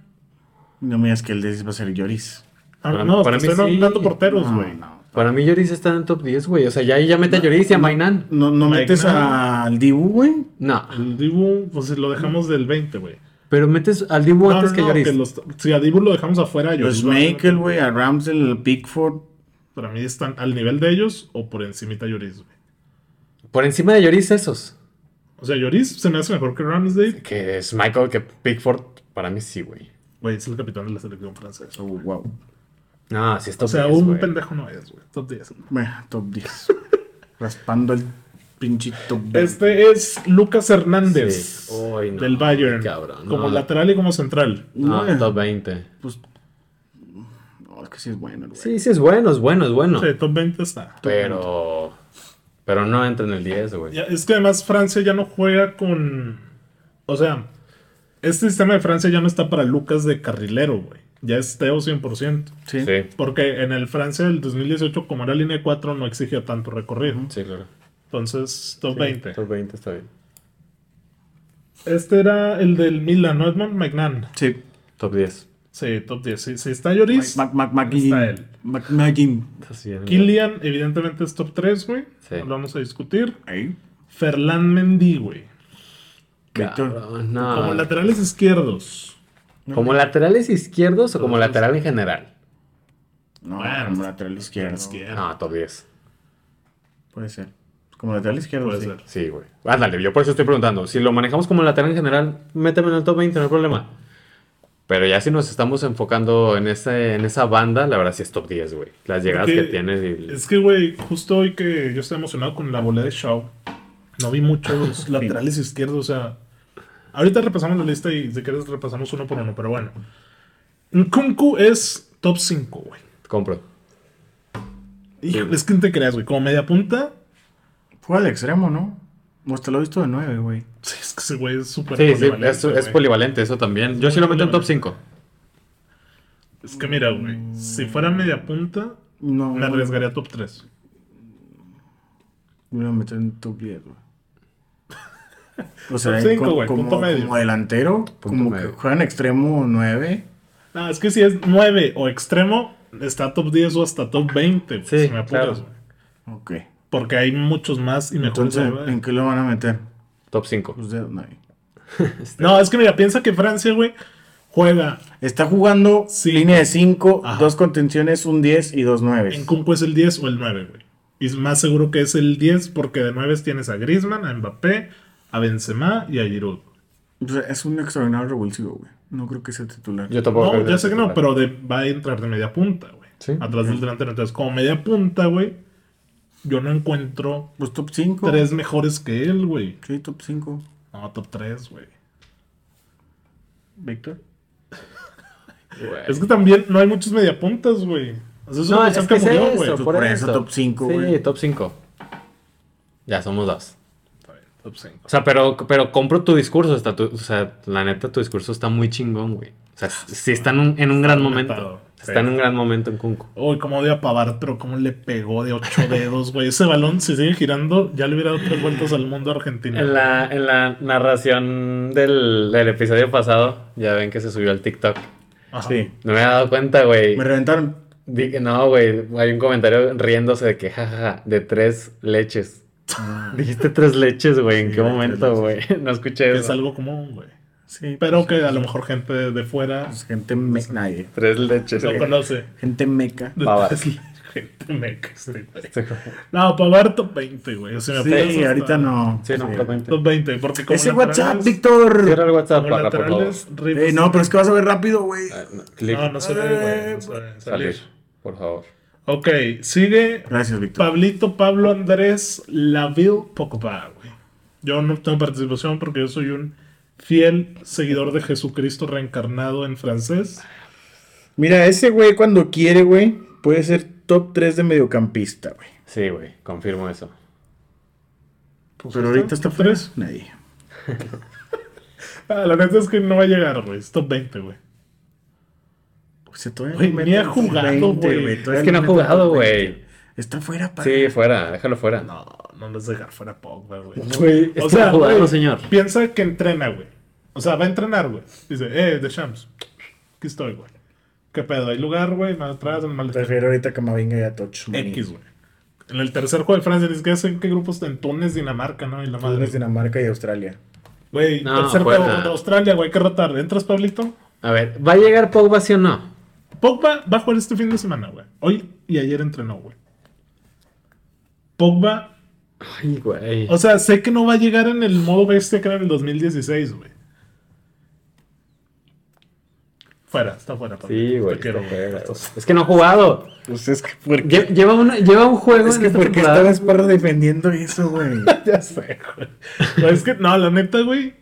B: No me digas que el 10 va a ser Lloris.
A: Ah,
C: Para-
A: no,
C: para
A: te
C: mí
A: estoy
C: sí.
A: nombrando porteros,
B: No,
A: güey.
B: no.
C: Para mí Lloris está en el top 10, güey. O sea, ya ahí ya mete a Lloris y a Mainan.
B: No, no
A: Like
B: metes
A: nada.
B: al Dibu, güey.
C: No.
A: El Dibu, pues lo dejamos del 20, güey.
C: Pero metes al Dibu
A: No, no,
C: antes que
A: no,
C: Lloris.
A: que los- si a Dibu lo dejamos afuera, yo.
B: Los Makel, güey, a Ramsey, al Pickford.
A: Para mí están al nivel de ellos o por encimita Lloris, güey.
C: Por encima de Lloris, esos.
A: O sea, Lloris se me hace mejor que Ramsdale.
C: Que es Michael, que Pickford. Para mí sí, güey.
A: Güey, es el capitán de la selección francesa.
B: Oh, wow.
C: No, sí es top
A: O sea,
C: 10,
A: un
C: güey.
A: pendejo no es, güey. Top 10.
B: Bueno, top 10. Raspando el pinche top 20.
A: Este es Lucas Hernández
C: Sí. Ay, no,
A: del Bayern.
C: cabrón,
A: como
C: no.
A: lateral y como central.
C: No,
B: Güey,
C: top 20.
B: Pues. No, es que sí es bueno, güey.
C: Sí, sí es bueno, es bueno, es bueno.
A: Sí, top 20 está.
C: Pero. Pero no entra en el 10, güey.
A: Ya, es que además Francia ya no juega con. O sea, este sistema de Francia ya no está para Lucas de carrilero, güey. Ya es Teo 100%.
B: Sí.
C: Sí,
A: Porque en el Francia del 2018, como era línea 4, no exigía tanto recorrido.
C: sí, claro.
A: Entonces, top
C: Sí,
A: 20.
C: Top 20 está bien.
A: Este era el del Milan, ¿no? Edmond McNan.
B: Sí.
C: Top 10.
A: Sí, top 10. Si, si está Lloris,
B: Mac, Mac, Mac,
A: Está él.
B: Mac, Magin.
C: Está así en el-
A: Kylian, evidentemente, es top 3, güey.
C: Sí.
A: No Lo vamos a discutir.
B: Ahí.
A: Ferland Mendy, güey.
C: Cabrón, no.
A: Como laterales izquierdos.
C: ¿Como laterales izquierdos o como lateral en general?
B: No,
A: Bueno,
B: como lateral izquierdo.
A: Izquierdo.
C: No, top 10.
B: Puede ser. Como lateral izquierdo,
A: Puede
B: sí.
A: ser.
C: Sí, güey. Ándale, yo por eso estoy preguntando. Si lo manejamos como lateral en general, méteme en el top 20, no hay problema. Pero ya si nos estamos enfocando en, ese, en esa banda, la verdad sí es top 10, güey. Las llegadas
A: Porque
C: que tienes y...
A: Es que, güey, justo hoy que yo estaba emocionado con la bola de Shaw, no vi muchos laterales izquierdos. O sea, ahorita repasamos la lista y si quieres repasamos uno por uno, pero bueno. Nkunku es top 5, güey.
C: Compro.
A: Híjole, es que no te creas, güey. Como media punta,
B: Fue al extremo, ¿no? Hasta lo he visto de nueve, güey.
A: sí, es que ese güey es súper
C: Sí, sí,
A: polivalente,
C: es, es
A: güey.
C: polivalente, eso también. Yo sí lo meto en top 5.
A: Es que mira, güey, si fuera media punta,
B: No.
A: me arriesgaría a top 3.
B: Me voy a meter en top 10, güey. O sea,
A: Top cinco,
B: co-
A: güey,
B: como,
A: punto medio.
B: como delantero, como
C: medio.
B: que juegan extremo 9.
A: No, es que si es 9 o extremo, está top 10 o hasta top 20. güey,
C: Sí,
A: si me apuras,
C: claro.
A: güey.
B: Ok.
A: Porque hay muchos más y mejores.
B: Entonces,
A: güey.
B: ¿en qué lo van a meter?
C: Top 5.
B: Pues de 9.
A: No, es que mira, piensa que Francia, güey, juega.
B: Está jugando
A: Sí.
B: línea de 5,
A: Ajá.
B: dos contenciones, un 10 y dos 9.
A: En Kunku es el 10 o el 9, güey. Y es más seguro que es el 10 porque de 9 tienes a Griezmann, a Mbappé, a Benzema y a Giroud.
B: Es un extraordinario revulsivo, güey. No creo que sea titular.
C: Yo tampoco. creo
A: No, ya sé que no,
C: sea
A: pero de- va a entrar de media punta, güey.
C: Sí.
A: Atrás del delantero. Entonces, como media punta, güey, yo no encuentro
B: Pues top 5.
A: tres mejores que él, güey.
B: Sí, top 5.
A: No, top 3, güey.
B: Víctor.
C: Güey.
A: Es que también no hay muchos mediapuntas, güey. O sea, eso
C: No,
A: es
C: es
A: lo que
C: que es
A: murió,
C: eso,
A: güey.
B: Pues por eso top cinco,
C: Sí,
B: güey.
C: top 5. Ya somos dos.
A: Está bien, Top 5.
C: O sea, pero, pero compro tu discurso. Está tu- o sea, la neta, tu discurso está muy chingón, güey. O sea, sí está en un, en un gran momento.
A: Neta.
C: Está, Está en un gran momento en Kunku.
A: Uy, cómo odio a Pavard, pero cómo le pegó de ocho dedos, güey. Ese balón, si sigue girando, ya le hubiera dado tres vueltas al mundo argentino.
C: En la, en la narración del, del episodio pasado, ya ven que se subió al TikTok.
A: Ajá.
B: Sí.
C: No me había dado cuenta, güey.
B: Me reventaron.
C: Di- No, güey, hay un comentario riéndose de que, jajaja, de tres leches.
B: Ah.
C: Dijiste tres leches, güey, ¿en
B: Sí,
C: qué
B: güey,
C: momento, güey? No escuché
A: Que Es
C: eso.
A: algo común, güey.
B: Sí.
A: Pero que a lo mejor gente de fuera
B: Pues, gente me- nadie.
C: Tres leches.
A: lo
C: güey.
A: conoce.
B: Gente meca.
C: Pavard.
A: Entonces, gente meca, sí, güey. No, Pavard top 20, güey. Si me apuras
B: Sí,
A: hasta-
B: ahorita no.
C: Sí, no, totalmente.
A: Top 20, porque como
B: Ese
A: laterales-
B: WhatsApp,
C: Cierra
B: Víctor.
C: el WhatsApp,
A: como
C: para por favor.
A: laterales, Rips-
B: Ey, Eh, no, pero es que vas a ver rápido, güey.
C: Ah, no, clic.
A: no, no se ve, güey. no se ve.
C: Salir,
A: Salir.
C: por favor.
A: Ok, sigue
B: Gracias, Víctor.
A: Pablito Pablo Andrés Laville Pogba, güey. Yo no tengo participación porque yo soy un fiel seguidor de Jesucristo reencarnado en francés.
D: Mira, ese güey cuando quiere, güey, puede ser top 3 de mediocampista, güey.
C: Sí, güey, confirmo eso.
B: Pues, Pero ahorita está fuera.
A: tres.
B: Nadie.
A: Ah, la neta es que no va a llegar, güey. Es top 20, güey.
B: Pues se todavía
A: Güey,
B: no
A: ni ha
B: mete el
A: jugado,
B: 20,
A: güey.
B: todavía
C: Es que no ha
B: mete el
C: jugado,
B: 20.
C: güey.
B: Está fuera, para.
C: Sí, fuera, déjalo fuera.
A: No, no les dejar fuera Pogba, güey.
C: Güey,
A: O sea,
C: jugado,
A: güey,
C: señor.
A: piensa que entrena, güey. O sea, va a entrenar, güey. Dice, eh, The Shams. Aquí estoy, güey. ¿Qué pedo? ¿Hay lugar, güey? Más atrás, en el malestar.
D: Prefiero ahorita que me venga ya Touch. Money.
A: X, güey. En el tercer juego de Francia, es que hacen qué grupos está en Túnez, Dinamarca, ¿no? Y la madre.
D: Túnez, Dinamarca y Australia.
A: Güey,
C: No,
A: tercer
C: fuera.
A: juego contra Australia, güey, qué rotar. ¿Entras, Pablito?
C: A ver, ¿va a llegar Pogba sí o no?
A: Pogba va a jugar este fin de semana, güey. Hoy y ayer entrenó, güey. Pogba,
C: Ay, güey.
A: o sea, sé que no va a llegar en el modo bestia que era en el 2016, güey. Fuera, está fuera, Pablo.
C: Sí, güey.
A: Te quiero,
C: está
A: güey.
C: fuera,
A: Estás-
C: güey. Es que no ha jugado.
D: Pues es que, ¿por qué?
C: Lle- Lleva, una- lleva un juego
D: Es
C: en
D: que,
C: esta
D: ¿por qué
C: temporada.
D: estabas para defendiendo eso, güey?
A: Ya sé, güey. No, es que, no, la neta, güey.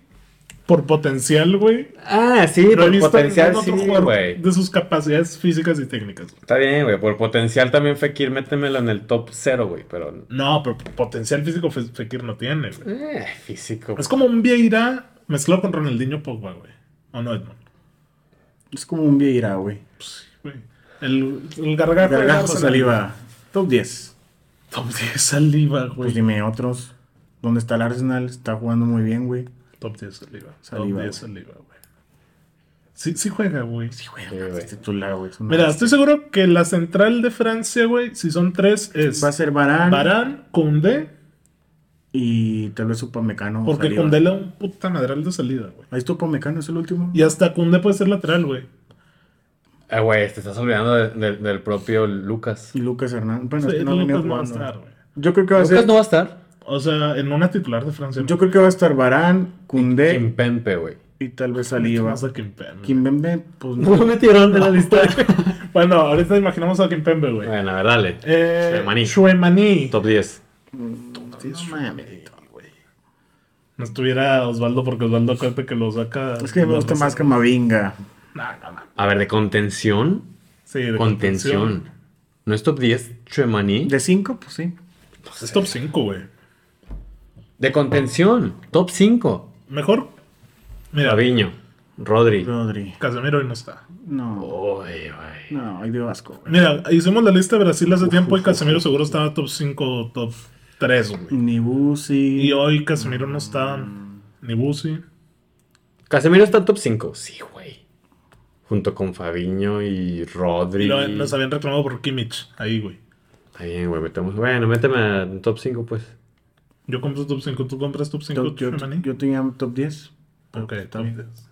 A: Por potencial, güey.
C: Ah, sí,
A: no he
C: por
A: visto
C: potencial
A: ningún otro
C: sí,
A: jugador
C: güey.
A: de sus capacidades físicas y técnicas. güey.
C: Está bien, güey. Por potencial también Fekir, métemelo en el top 0, güey. Pero...
A: No, pero potencial físico Fe- Fekir no tiene, güey.
C: Eh, físico.
A: Es como un Vieira mezclado con Ronaldinho Pogba, güey. O no, Edmond.
B: Es como un Vieira, güey.
A: Güey. El, el gargajo, de
B: Gargajo
A: Arsenal.
B: saliva. Top 10.
A: Top 10 saliva,
B: Pues
A: güey.
B: dime otros. ¿Dónde está el Arsenal? Está jugando muy bien, güey.
A: Top 10 saliva.
B: Saliva,
A: Top 10
B: güey.
A: saliva, güey. Sí, sí juega, güey.
B: Sí, güey.
C: Sí,
B: Eh, es
C: güey.
B: titular, güey. Es una-
A: Mira, este estoy seguro que la central de Francia, güey, si son tres, es
B: Va a ser Barán.
A: Barán, Koundé,
B: Y tal vez Upamecano.
A: porque
B: saliva.
A: Koundé le da un puta madral de salida, güey.
B: Ahí está Upamecano, es el último.
A: Y hasta Koundé puede ser lateral, güey.
C: Ah, güey, te estás olvidando de- de- del propio Lucas.
B: Y Lucas Hernández. Bueno,
A: Sí,
B: es que no venía
A: Lucas no va a
B: jugando.
A: estar, güey.
B: Yo creo que va a
C: Lucas
B: ser.
C: no va a estar.
A: O sea, en una titular de Francia.
B: Yo creo que va a estar Barán, Cundé
C: Kimpempe, güey.
B: y tal vez
A: que
B: Saliva.
A: más a Kimpembe.
B: Kimbembe, pues
C: No
B: no.
C: metieron de la lista.
A: Bueno, ahorita imaginamos a Kimpembe, güey.
C: bueno, a ver, dale.
A: Eh,
C: Tchouaméni.
A: Tchouaméni.
C: Top 10.
B: No mames.
A: No estuviera Osvaldo porque Osvaldo acuérdate que lo saca.
B: Es que me gusta más Camavinga.
A: No, no, no.
C: A ver, de contención.
A: Sí, de
C: Contención. ¿No es top 10 Chemaní?
B: De 5, pues sí.
A: Pues es top 5, güey.
C: De contención. Top 5.
A: Mejor. Mira,
C: Gaviño. Rodri.
B: Rodri.
A: Casemiro hoy no está.
B: No.
C: Uy, güey.
B: No, ahí dio asco, güey.
A: Mira, hicimos la lista de Brasil hace tiempo y Casemiro seguro estaba top 5 o top 3, güey.
B: Ni Busi.
A: Y hoy Casemiro no está. Ni Busi.
C: Casemiro está en top 5. Sí, güey. Junto con Fabiño y
A: Y
C: Rodri.
A: lo- nos habían reclamado por Kimmich. Ahí, güey.
C: Está bien, güey. metemos- Bueno, méteme en top 5, pues.
A: Yo compro top 5. ¿Tú compras top 5
B: Top- yo, yo tenía top pues, 10.
A: Ok, top
B: top- pues
A: 10.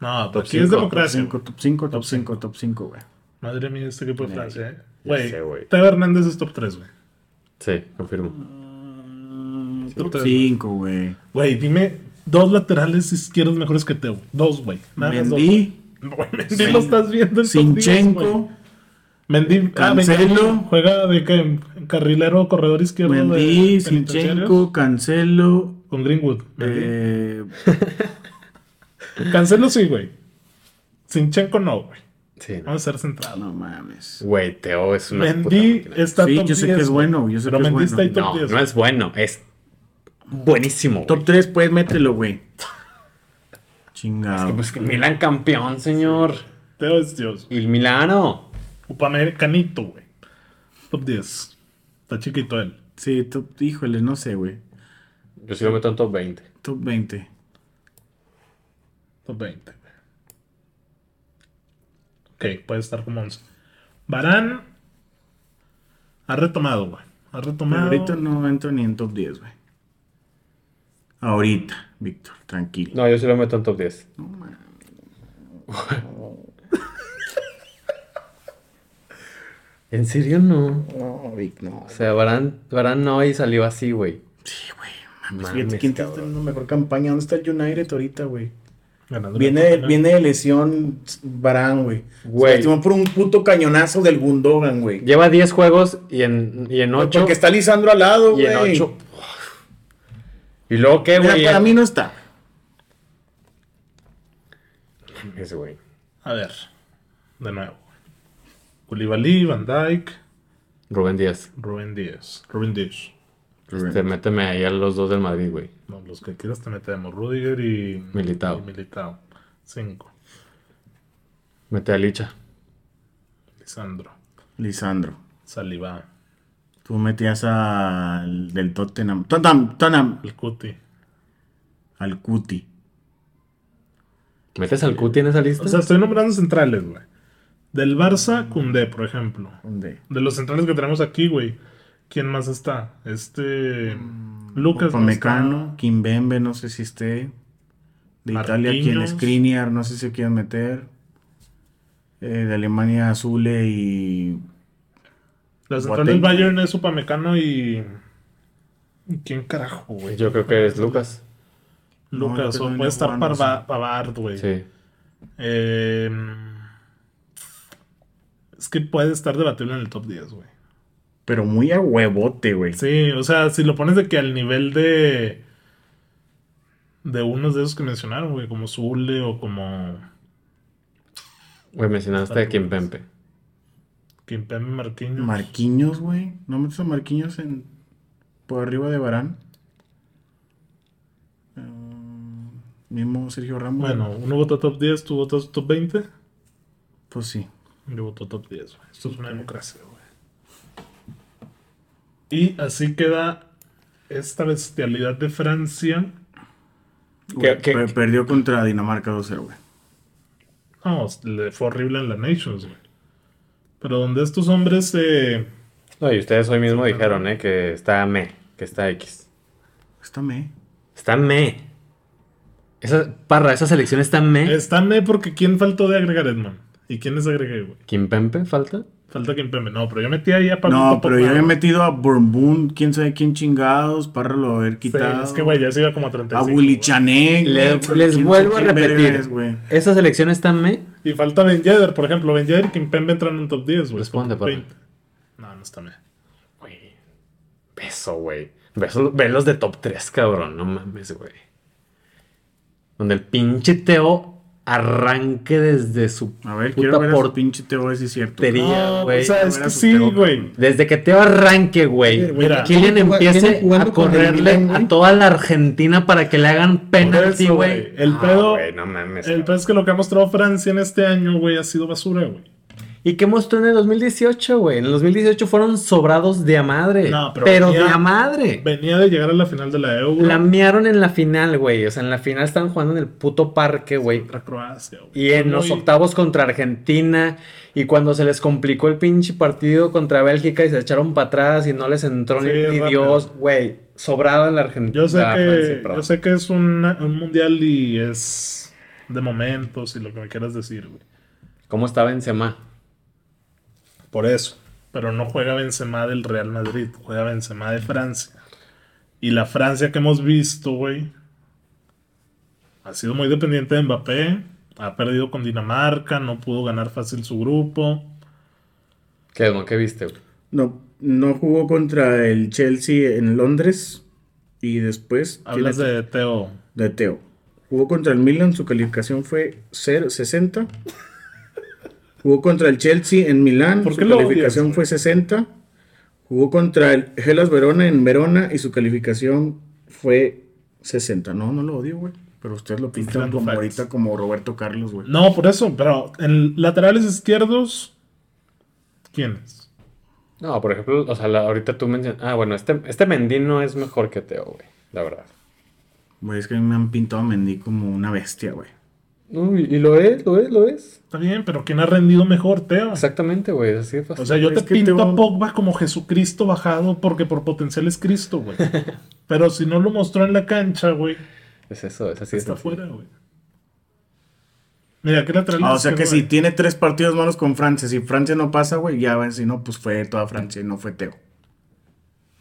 A: No,
C: Top
A: aquí es
C: cinco,
A: democracia. güey.
B: top 5,
A: Top
B: top 5, top 5, güey.
A: Madre mía, este equipo de
B: Ya
A: Francia, eh.
C: sé,
A: Güey,
C: güey.
A: Teo Hernández es top 3, güey.
C: Sí, confirmo.
A: top
B: Top
A: Mm, tres,
B: 5, güey.
A: Güey, dime dos laterales izquierdos mejores que Teo. Dos, güey. Nada más dos.
B: Mendy,
A: Güey, Mendy lo estás viendo en top 10, güey.
B: Sinchenko,
A: Mendy, ah,
B: Cancelo.
A: Mendy juega de que en carrilero, corredor izquierdo. de
B: Mendy,
A: penitenciarios
B: Sinchenko, Cancelo,
A: Con Greenwood. Mendy.
B: eh,
A: Cancelo sí, güey. Sinchenko no, güey.
C: Sí.
A: Vamos a ser centrado.
B: no mames.
C: Güey, Teo es una. puta
A: Ah. Mendy
C: máquina.
A: está
B: Sí,
A: top
B: yo sé que
A: 10,
B: es
A: güey.
B: bueno, yo sé
A: Pero
B: que es
A: Mendy está ahí
B: bueno.
A: top
C: No,
A: 10.
C: no es bueno. Es buenísimo.
B: Top
C: Top
B: 3, pues mételo, güey. Chingado.
C: Pues que Milan campeón, señor.
A: Teo es Dios.
C: Y el Milano.
A: Upamericano, güey. Top 10. Está chiquito él.
B: Sí, top, híjole, no sé, güey.
C: Yo sí lo meto en top 20.
B: Top 20.
A: Top 20. güey. Ok, puede estar como 11. Barán ha retomado, güey. Ha
B: Pero
A: retomado.
B: ahorita no entro ni en top 10, güey. Ahorita, Víctor, tranquilo.
C: No, yo sí lo meto en top 10. ¿En serio no?
D: No, Vic, no.
C: O sea, Barán, Barán no y salió así, güey.
B: Sí, güey.
C: Mames,
D: Fíjate, ¿quién está
C: cabrón.
D: teniendo mejor campaña? ¿Dónde está el United ahorita, güey?
A: Ganando
D: Viene,
A: la
D: de-
A: Copa,
D: viene de lesión Barán, güey.
C: Güey.
D: Se lastimó por un puto cañonazo del Gundogan, güey.
C: Lleva 10 juegos y en, y en 8.
D: Porque está Lisandro al lado,
C: Y
D: güey.
C: en 8. ¿Y luego qué,
B: Mira,
C: güey?
B: para mí no está.
C: Ese güey.
A: A ver. De nuevo. Ulibalí, Van Dyke,
C: Rubén Díaz.
A: Rubén Díaz. Rubén Díaz.
C: Este, méteme ahí a los dos del Madrid, güey.
A: No, los que quieras te metemos. Rudiger y.
C: Militao.
A: y Militao. 5.
C: Mete a Licha.
A: Lisandro.
B: Lisandro.
A: Saliba.
B: Tú metías al del Tottenham. Tottenham, Tottenham.
A: El Cuti.
B: Al Cuti.
C: ¿Metes al Cuti en esa lista?
A: O sea, estoy nombrando centrales, güey. Del Barça, Cundé, por ejemplo.
B: ¿Dónde?
A: De los centrales que tenemos aquí, güey. ¿Quién más está? Este.
B: Mm,
A: Lucas. no
B: Pamecano, Kimbembe, no sé si esté. De Italia, quien
A: Marquinhos.
B: Skriniar, no sé si quieren meter. Eh, de Alemania, Azule y.
A: está. La central del
B: Boateng.
A: Bayern es Upamecano y. ¿y ¿Quién carajo, güey?
C: Yo creo que es Lucas.
B: No,
A: Lucas,
B: creo
A: o puede
B: que no
A: estar
B: jugando,
A: Parva- Pavard, güey.
C: Sí.
A: Eh, es que puede estar debatible en el top 10, güey.
B: Pero muy a huevote, güey.
A: Sí, o sea, si lo pones de que al nivel de. De unos de esos que mencionaron, güey, como Zule o como
C: Güey, mencionaste
A: Sale
C: a Kim Pempe.
A: Kimpembe Marquinhos.
B: Marquinhos, güey. ¿No metes a Marquinhos en... por arriba de Barán? Eh, mismo Sergio Ramos.
A: Bueno, uno votó top 10, tú votas top 20.
B: Pues sí.
A: Yo voto top 10, güey. Esto es una democracia, güey. Y así queda esta bestialidad de Francia.
B: Güey,
C: qué-
B: per-
C: qué-
B: Perdió contra Dinamarca 2-0, güey.
A: No, le fue horrible en la Nations, güey. Pero donde estos hombres eh,
C: No, y ustedes hoy mismo dijeron, ¿eh? Que está me, que está X.
B: Está me.
C: Está me. Esa, parra, esa selección está me.
A: están eh, porque ¿quién faltó de agregar, Edmond? ¿Y quién les agregué, güey?
C: ¿Kim Pempe falta?
A: Falta Kimpembe. No, pero yo metí ahí a Pablo
B: No,
A: Pogba,
B: pero yo había
A: güey.
B: metido a Bourboon, quién sabe quién chingados, para lo haber
A: Sí,
B: quitado.
A: es que, güey, ya se iba como a
B: a
A: 35. güey.
B: Bulichané.
C: Le-
B: güey,
C: les
B: quién
C: vuelvo
B: sabe
C: a
B: quién
C: repetir.
B: verga es, güey.
C: ¿Esa selección está me?
A: Y falta Ben Yedder, por ejemplo. Ben Yedder y Kimpembe entran en un top 10, güey.
C: Responde,
A: Top
C: papá.
A: 20. No, no está bien.
C: Güey. Beso, güey. Beso, ve los de top 3, cabrón. No mames, güey. Donde el pinche Teo arranque desde su
B: A ver,
C: puta
B: quiero ver a su
C: portería,
B: pinche te voy a decir cierto.
A: No,
C: güey.
A: o sea,
B: no
A: es
B: era
A: que
B: su
A: sí,
B: peor,
A: güey.
C: Desde que Teo arranque, güey.
A: güey,
C: Mira,
A: mira,
C: Kylian
D: viene jugando-
C: empiece
D: viene jugando
C: a
D: con el
C: correrle
D: Milan, güey.
C: a toda la Argentina para que le hagan penalti,
A: eso,
C: güey.
A: güey. El
C: Ah,
A: pedo-
C: güey, no mames.
A: El
C: cabrón.
A: peor es que lo que ha mostrado Francia en este año, güey, ha sido basura, güey.
C: ¿Y qué mostró en el 2018, güey? En el 2018 fueron sobrados de a madre.
A: No,
C: pero
A: pero
C: de
A: venía-
C: a madre.
A: Venía de llegar a la final de la Euro
C: Lamearon en la final, güey. O sea, en la final estaban jugando en el puto parque, güey.
A: contra Croacia, güey.
C: Y en
A: Muy-
C: los octavos contra Argentina. Y cuando se les complicó el pinche partido contra Bélgica y se echaron para atrás y no les entró ni,
A: Sí,
C: ni
A: rápido.
C: Dios, güey. Sobrado en la Argentina.
A: Yo sé,
C: Ah, Francia,
A: que,
C: perdón.
A: yo sé que es un, un mundial y es de momentos y lo que me quieras decir, güey.
C: ¿Cómo estaba Benzema?
A: Por eso. Pero no juega Benzema del Real Madrid, juega Benzema de Francia. Y la Francia que hemos visto, güey, ha sido muy dependiente de Mbappé. Ha perdido con Dinamarca, no pudo ganar fácil su grupo.
C: ¿Qué, Edmond? ¿Qué viste, güey?
B: No, no jugó contra el Chelsea en Londres y después
A: Hablas
B: ¿quién es?
A: de Teo.
B: de Teo. Jugó contra el Milan, su calificación fue 0, 60. Jugó contra el Chelsea en Milán,
A: ¿Por
B: su
A: qué lo
B: calificación
A: odias,
B: fue 60. Jugó contra el Hellas Verona en Verona y su calificación fue 60. No, no lo odio, güey. Pero ustedes lo pintan
A: Inflando
B: como
A: facts.
B: ahorita como Roberto Carlos, güey.
A: No, por eso, pero en laterales izquierdos, ¿quiénes?
C: No, por ejemplo, o sea, la- ahorita tú mencionas. Ah, bueno, este, este Mendy no es mejor que Teo, güey. La verdad.
B: Güey, es que me han pintado a Mendy como una bestia, güey.
C: Uy, y lo es, lo es, lo es.
A: Está bien, pero ¿quién ha rendido mejor, Teo?
C: Exactamente, güey. Así de fácil.
A: Ah. O sea, yo
B: Es
A: te
B: que
A: pinto
B: Teo-
A: a Pogba como Jesucristo bajado porque por potencial es Cristo, güey. Pero si no lo mostró en la cancha, güey,
C: es eso, es así de
A: está
C: sencillo.
A: fuera, güey. Mira, ¿qué lateral
B: Ah, o sea que
A: izquierdo
B: si
A: hay?
B: tiene tres partidos malos con Francia, si Francia no pasa, güey, ya ven, si no, pues fue toda Francia y no fue Teo.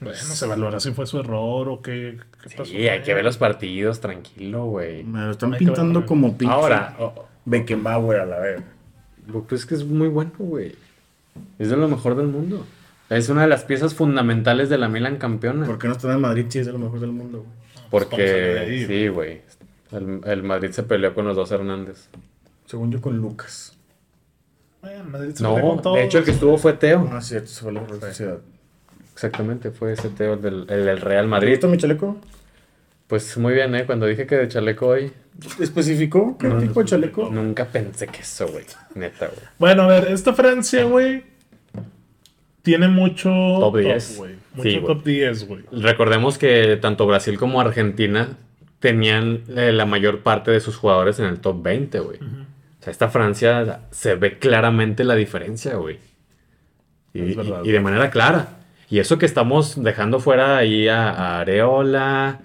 A: Bueno, se valora si fue su error o qué, qué pasó.
C: Sí, hay que ver los partidos, tranquilo, güey.
B: Me lo están
A: Hay que
B: pintando
A: ver,
B: como pinche
C: Ahora, oh,
B: Beckenbauer a la vez.
C: Lo que es que es muy bueno, güey. Es de lo mejor del mundo. Es una de las piezas fundamentales de la Milan campeona.
B: ¿Por qué no están en Madrid si es de lo mejor del mundo, güey?
A: Pues vamos a ver ahí,
C: Porque, sí, güey. El, el Madrid se peleó con los dos Hernández.
B: Según yo con Lucas.
A: Bueno, Madrid se pelea con
C: No,
A: todos.
C: de hecho el que estuvo fue Teo.
B: No es cierto, Ah, se fue la Real Sociedad.
C: Exactamente, fue ese Teo el del, el del Real
B: ¿Te
C: Madrid.
B: gusta mi chaleco?
C: Pues muy bien, ¿eh? Cuando dije que de chaleco hoy,
B: ¿Especificó? ¿Qué
A: No,
B: tipo
A: no,
B: de chaleco?
C: nunca pensé que eso, güey. Neta, güey.
A: Bueno, a ver, esta Francia, güey, tiene mucho
C: Top 10.
A: güey.
C: Sí,
A: Mucho
C: güey.
A: top 10, güey.
C: Recordemos que tanto Brasil como Argentina tenían eh, la mayor parte de sus jugadores en el top 20, güey. O sea, esta Francia se ve claramente la diferencia, güey. Y,
A: Es verdad,
C: y- y de
A: güey.
C: manera clara. Y eso que estamos dejando fuera ahí a, a Areola,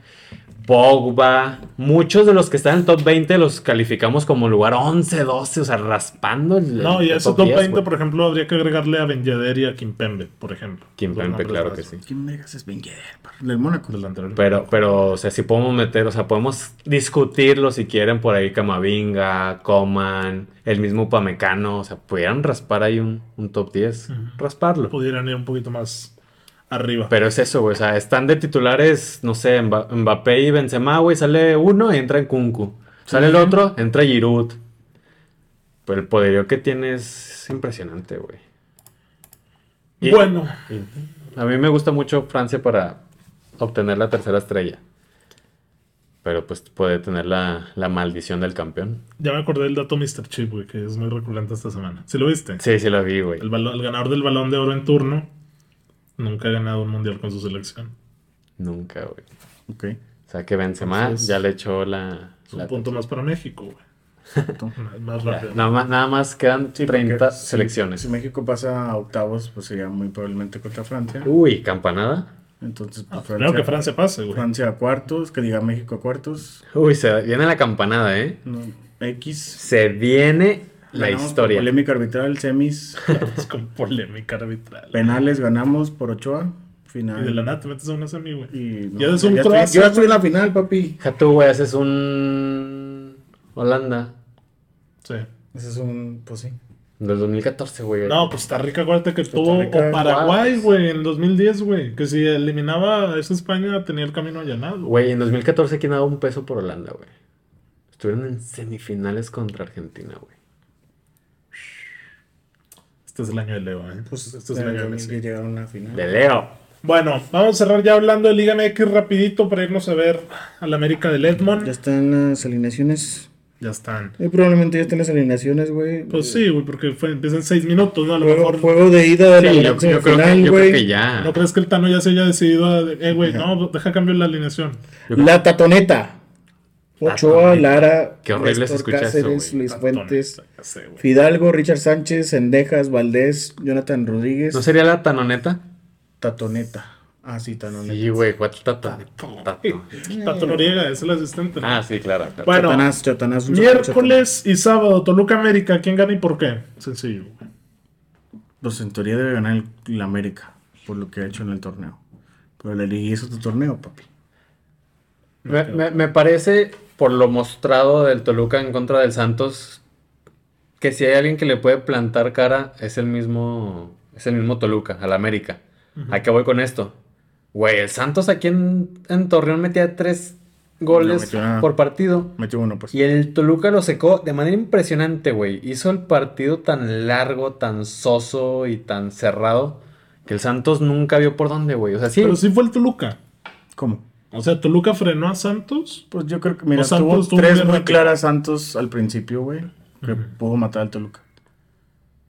C: Pogba, muchos de los que están en el top 20 los calificamos como lugar 11, 12, o sea, raspando el,
A: No, y
C: el
A: a ese top
C: 10,
A: 20,
C: güey.
A: por ejemplo, habría que agregarle a Ben Yedder y a Kimpembe, por ejemplo.
C: Kimpembe,
A: Los nombres
C: claro
A: más
C: que sí.
B: ¿Quién vergas es Ben Yedder? Del Mónaco.
A: delantero.
C: Pero, pero, o sea, si podemos meter, o sea, podemos discutirlo si quieren por ahí Camavinga, Coman, el mismo Pamecano, o sea, pudieran raspar ahí un, un top 10,
A: Ujú. Pues,
C: rasparlo.
A: Pudieran ir un poquito más arriba.
C: Pero es eso, güey, o sea, están de titulares, no sé, Mba- Mbappé y Benzema, güey, sale uno y entra en Kunku. Sale el otro, entra Giroud. Pero el poderío que tiene es impresionante, güey. Y-
A: bueno,
C: y a mí me gusta mucho Francia para obtener la tercera estrella. Pero pues puede tener la, la maldición del campeón.
A: ya me acordé del dato Mr. Chip, güey, que es muy recurrente esta semana. ¿Sí lo viste?
C: Sí, sí la vi, güey.
A: El, balo- el ganador del balón de oro en turno nunca ha ganado un mundial con su selección.
C: Nunca, güey.
B: Ok.
C: O sea que Benzema
A: Entonces,
C: ya le echó la...
A: Es un
C: la-
A: punto más para México, güey. Más- Más rápido.
C: Nada más, nada más quedan
B: Sí, porque
C: 30
B: si-
C: selecciones.
B: Si México pasa a octavos, pues sería muy probablemente contra Francia.
C: Uy, campanada.
B: Entonces, pues,
A: Ah, Creo que Francia pase, güey.
B: Francia a cuartos, que diga México a cuartos.
C: Uy, se viene la campanada, ¿eh?
B: No, X.
C: Se viene la
B: Ganamos por
C: historia.
B: Polémica arbitral, semis,
A: Estamos con polémica arbitral.
B: penales, ganamos por Ochoa.
A: Y de la
B: Final.
A: nada te metes a una semi, güey.
B: Y no,
A: Ya eres un
B: estoy-
A: croazo,
B: yo ya estoy en la final, papi.
C: Deja tú, güey, haces un... Holanda.
A: Sí.
B: Ese es un. Pues sí.
C: Del 2014, güey.
A: No, pues Costa Rica, acuérdate que tuvo.
B: Rica,
A: O Paraguay,
C: Guas.
A: güey, en 2010, güey. Que si eliminaba a esa España tenía el camino allanado.
C: Güey, en 2014, ¿quién daba un peso por Holanda, güey? Estuvieron en semifinales contra Argentina, güey.
A: Este es el año de Leo, ¿eh?
B: Pues
A: este es el año de Messi.
B: que llegaron a una final.
C: De Leo.
A: Bueno, vamos a cerrar ya hablando de Liga MX rapidito para irnos a ver a la América del Edmond.
B: Ya
A: Ya,
B: están las alineaciones.
A: están.
B: Eh, probablemente ya estén las alineaciones, güey.
A: Pues sí, güey, porque fue, empiezan seis minutos, ¿no? A lo
B: Juego,
A: mejor.
B: juego de ida de la
C: Sí, yo,
B: Alianza
C: yo creo que,
B: Nacional,
C: yo creo
B: güey.
C: que ya.
A: ¿No crees que el Tano ya se haya decidido? a- eh, güey, no, deja cambiar la alineación.
C: Yo creo-
B: La tatoneta. Ochoa,
C: Tatoneta.
B: Lara,
C: Qué horrible se
B: Néstor
C: escucha eso,
B: Cáceres,
C: güey.
B: Luis Fuentes,
A: Ya sé, güey.
B: Fidalgo, Richard Sánchez, Sendejas, Valdés, Jonathan Rodríguez,
C: ¿No sería la tanoneta?
B: tatoneta. Ah, sí, tatoneta.
C: Sí, güey, cuatro tatan.
A: Tato Noriega es el asistente. ¿no?
C: Ah, sí, claro. claro.
A: Bueno,
B: Tatanás, Chatanás, un-
A: Miércoles y sábado, Toluca América, ¿quién gana y por qué? Sencillo. güey.
B: Chatanás. Pues en teoría debe ganar el, la América, por lo que ha hecho en el torneo. Pero la liguilla es otro torneo, papi.
C: Me, me- me parece, por lo mostrado del Toluca en contra del Santos, que si hay alguien que le puede plantar cara, es el mismo, es el mismo Toluca, al América. ¿A qué voy con esto? Güey, el Santos aquí en, en Torreón metía tres
B: No
C: goles
B: metió nada.
C: por partido.
B: Metió uno, pues.
C: Y el Toluca lo secó de manera impresionante, güey. Hizo el partido tan largo, tan soso y tan cerrado que el Santos nunca vio por dónde, güey. O sea, sí,
A: Pero sí fue el Toluca.
B: ¿Cómo?
A: O sea, Toluca frenó a Santos.
B: Pues yo creo que, mira,
A: O sea,
B: tuvo
A: pues, tuvo
B: tres
A: un
B: muy
A: error.
B: claras Santos al principio, güey. Que pudo matar al Toluca.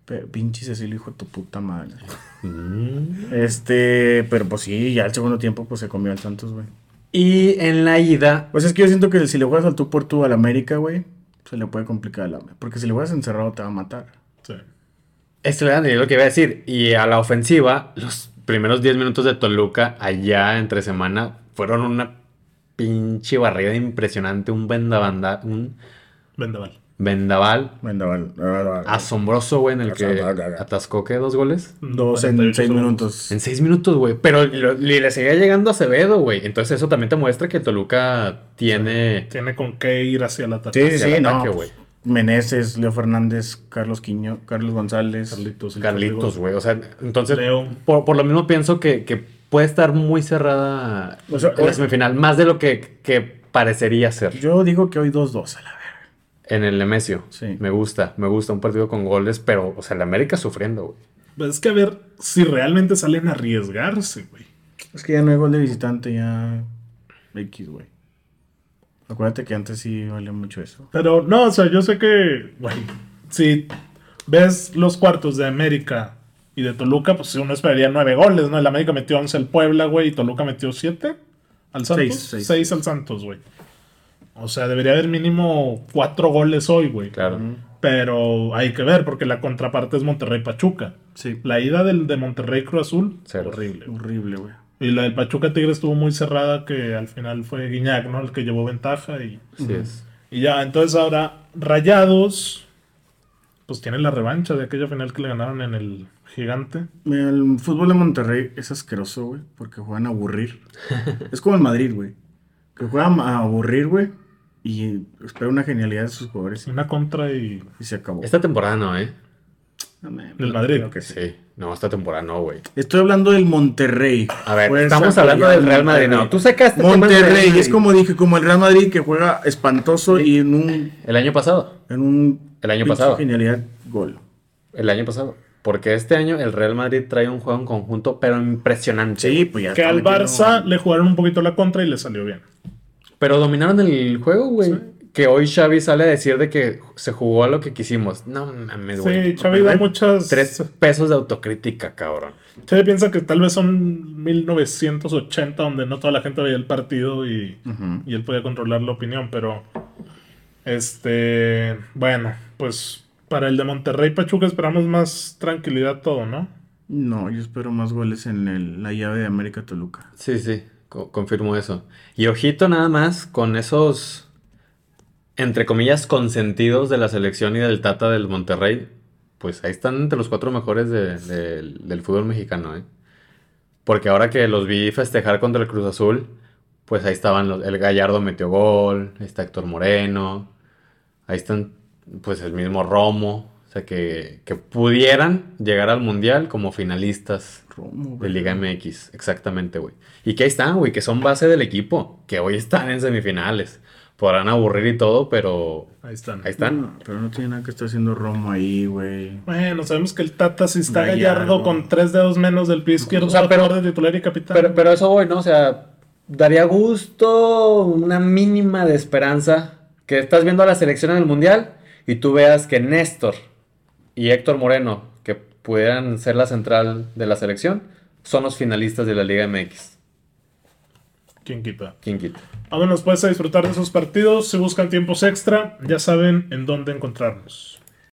B: Pero, pinche Cecilio, hijo de tu puta madre. Este, pero pues sí, ya el segundo tiempo pues se comió al Santos, güey.
C: Y en la ida,
B: Pues es que yo siento que si le juegas al tú por tú al América, güey, se le puede complicar el hambre. Porque si le juegas encerrado te va a matar.
A: Sí.
C: esto era lo que iba a decir. Y a la ofensiva, los primeros 10 minutos de Toluca allá entre semana fueron una pinche barrida impresionante, un vendavanda, un
A: Vendaval.
C: vendaval
B: Bueno, vale, vale, vale.
C: Ah, asombroso, güey, en el que
B: Asombroso.
C: atascó que dos goles.
B: Dos en
A: 48
B: seis
A: segundos.
B: minutos.
C: En seis minutos, güey. Pero lo- le le seguía llegando a Acevedo, güey. Entonces eso también te muestra que Toluca tiene...
A: Tiene con qué ir hacia la
B: Sí,
A: ataque.
B: sí,
C: hacia
B: sí,
C: el
B: no.
C: ataque,
B: pues,
C: güey.
B: Meneses, Leo Fernández, Carlos Quiño, Carlos González.
A: Carlitos. el
C: Carlitos,
A: Rodrigo.
C: güey. O sea, entonces,
A: Leo.
C: por, por lo mismo pienso que, que puede estar muy cerrada
B: O sea,
C: la
B: o-
C: semifinal, más de lo que, que parecería ser
B: Yo digo que hoy 2-2 a la verga.
C: en el Nemesio.
B: Sí.
C: Me gusta, me gusta un partido con goles, pero, o sea, el América sufriendo, güey.
A: Pues es que a ver si realmente salen a arriesgarse, güey.
B: Es que ya no hay gol de visitante, ya. X, güey. Acuérdate que antes sí valía mucho eso.
A: Pero no, o sea, yo sé que, güey, si ves los cuartos de América y de Toluca, pues uno esperaría nueve goles, ¿no? El América metió once al Puebla, güey, y Toluca metió siete al Santos.
B: Seis,
A: Seis,
B: seis, seis.
A: al Santos, güey. O sea, debería haber mínimo cuatro goles hoy, güey.
C: Claro.
A: Pero hay que ver, porque la contraparte es Monterrey-Pachuca.
B: Sí.
A: La ida del de Monterrey-Cruz Azul,
C: Cero.
A: horrible. güey.
B: Horrible, güey.
A: Y la del Pachuca-Tigres estuvo muy cerrada, que al final fue Guiñac, ¿no? El que llevó ventaja y...
C: Así es.
A: Y ya, entonces ahora Rayados, pues tiene la revancha de aquella final que le ganaron en el Gigante.
B: Mira, El fútbol de Monterrey es asqueroso, güey, porque juegan a aburrir. es como el Madrid, güey. Que juegan a aburrir, güey, y espera una genialidad de sus jugadores
A: Una contra y
B: y se acabó.
C: Esta temporada no, ¿eh?
B: No, man,
A: del Madrid.
B: creo que sí.
C: Sí. No, esta temporada no, güey.
B: Estoy hablando del Monterrey.
C: A ver,
B: Fuerza
C: estamos hablando
B: Rayada
C: del Real Madrid. No, tú sacaste temas del Real
B: Monterrey,
C: Madrid
B: es como dije, como el Real Madrid que juega espantoso y en un
C: El año pasado.
B: en un
C: El año
B: pinche
C: pasado.
B: genialidad gol.
C: El año pasado. Porque este año el Real Madrid trae un juego en conjunto, pero impresionante.
B: Sí, pues ya
A: que
B: está
A: al
B: metiendo-
A: Barça le jugaron un poquito la contra y le salió bien.
C: Pero dominaron el juego, güey. Que hoy Xavi sale a decir de que se jugó a lo que quisimos. No mames, güey.
A: Sí, Xavi da
B: ¿verdad?
A: muchas...
C: Tres pesos de autocrítica, cabrón.
A: Xavi piensa que tal vez son 1980 donde no toda la gente veía el partido y,
B: Ujú.
A: y él podía controlar la opinión, pero... Este... Bueno, pues para el de Monterrey Pachuca esperamos más tranquilidad todo, ¿no?
B: No, yo espero más goles en el- la llave de América Toluca.
C: Sí, sí, co- confirmo eso. Y ojito nada más con esos, entre comillas, consentidos de la selección y del Tata del Monterrey. Pues ahí están entre los cuatro mejores de- de- del fútbol mexicano, ¿eh? Porque ahora que los vi festejar contra el Cruz Azul, pues ahí estaban los, el Gallardo metió gol, ahí está Héctor Moreno, ahí están pues el mismo Romo, o sea que, que pudieran llegar al Mundial como finalistas.
B: Romo,
C: De
B: güey.
C: Liga MX, exactamente, güey. Y que ahí están, güey, que son base del equipo, que hoy están en semifinales. Podrán aburrir y todo, pero
A: Ahí están.
C: ahí están.
B: No, pero no tiene nada que estar haciendo Romo ahí, güey.
A: Bueno, sabemos que el Tata si está
B: Gallardo.
A: Gallardo, con tres dedos menos del pie izquierdo,
C: O sea,
A: va a
C: pero-
A: jugar de titular y capitán.
C: Pero, pero eso voy, ¿no? O sea, daría gusto, una mínima de esperanza, que estás viendo a la selección en el Mundial y tú veas que Néstor y Héctor Moreno, que pudieran ser la central de la selección, son los finalistas de la Liga MX.
A: ¿Quién quita?
C: ¿Quién quita?
A: Vámonos pues a disfrutar de esos partidos. Si buscan tiempos extra, ya saben en dónde encontrarnos.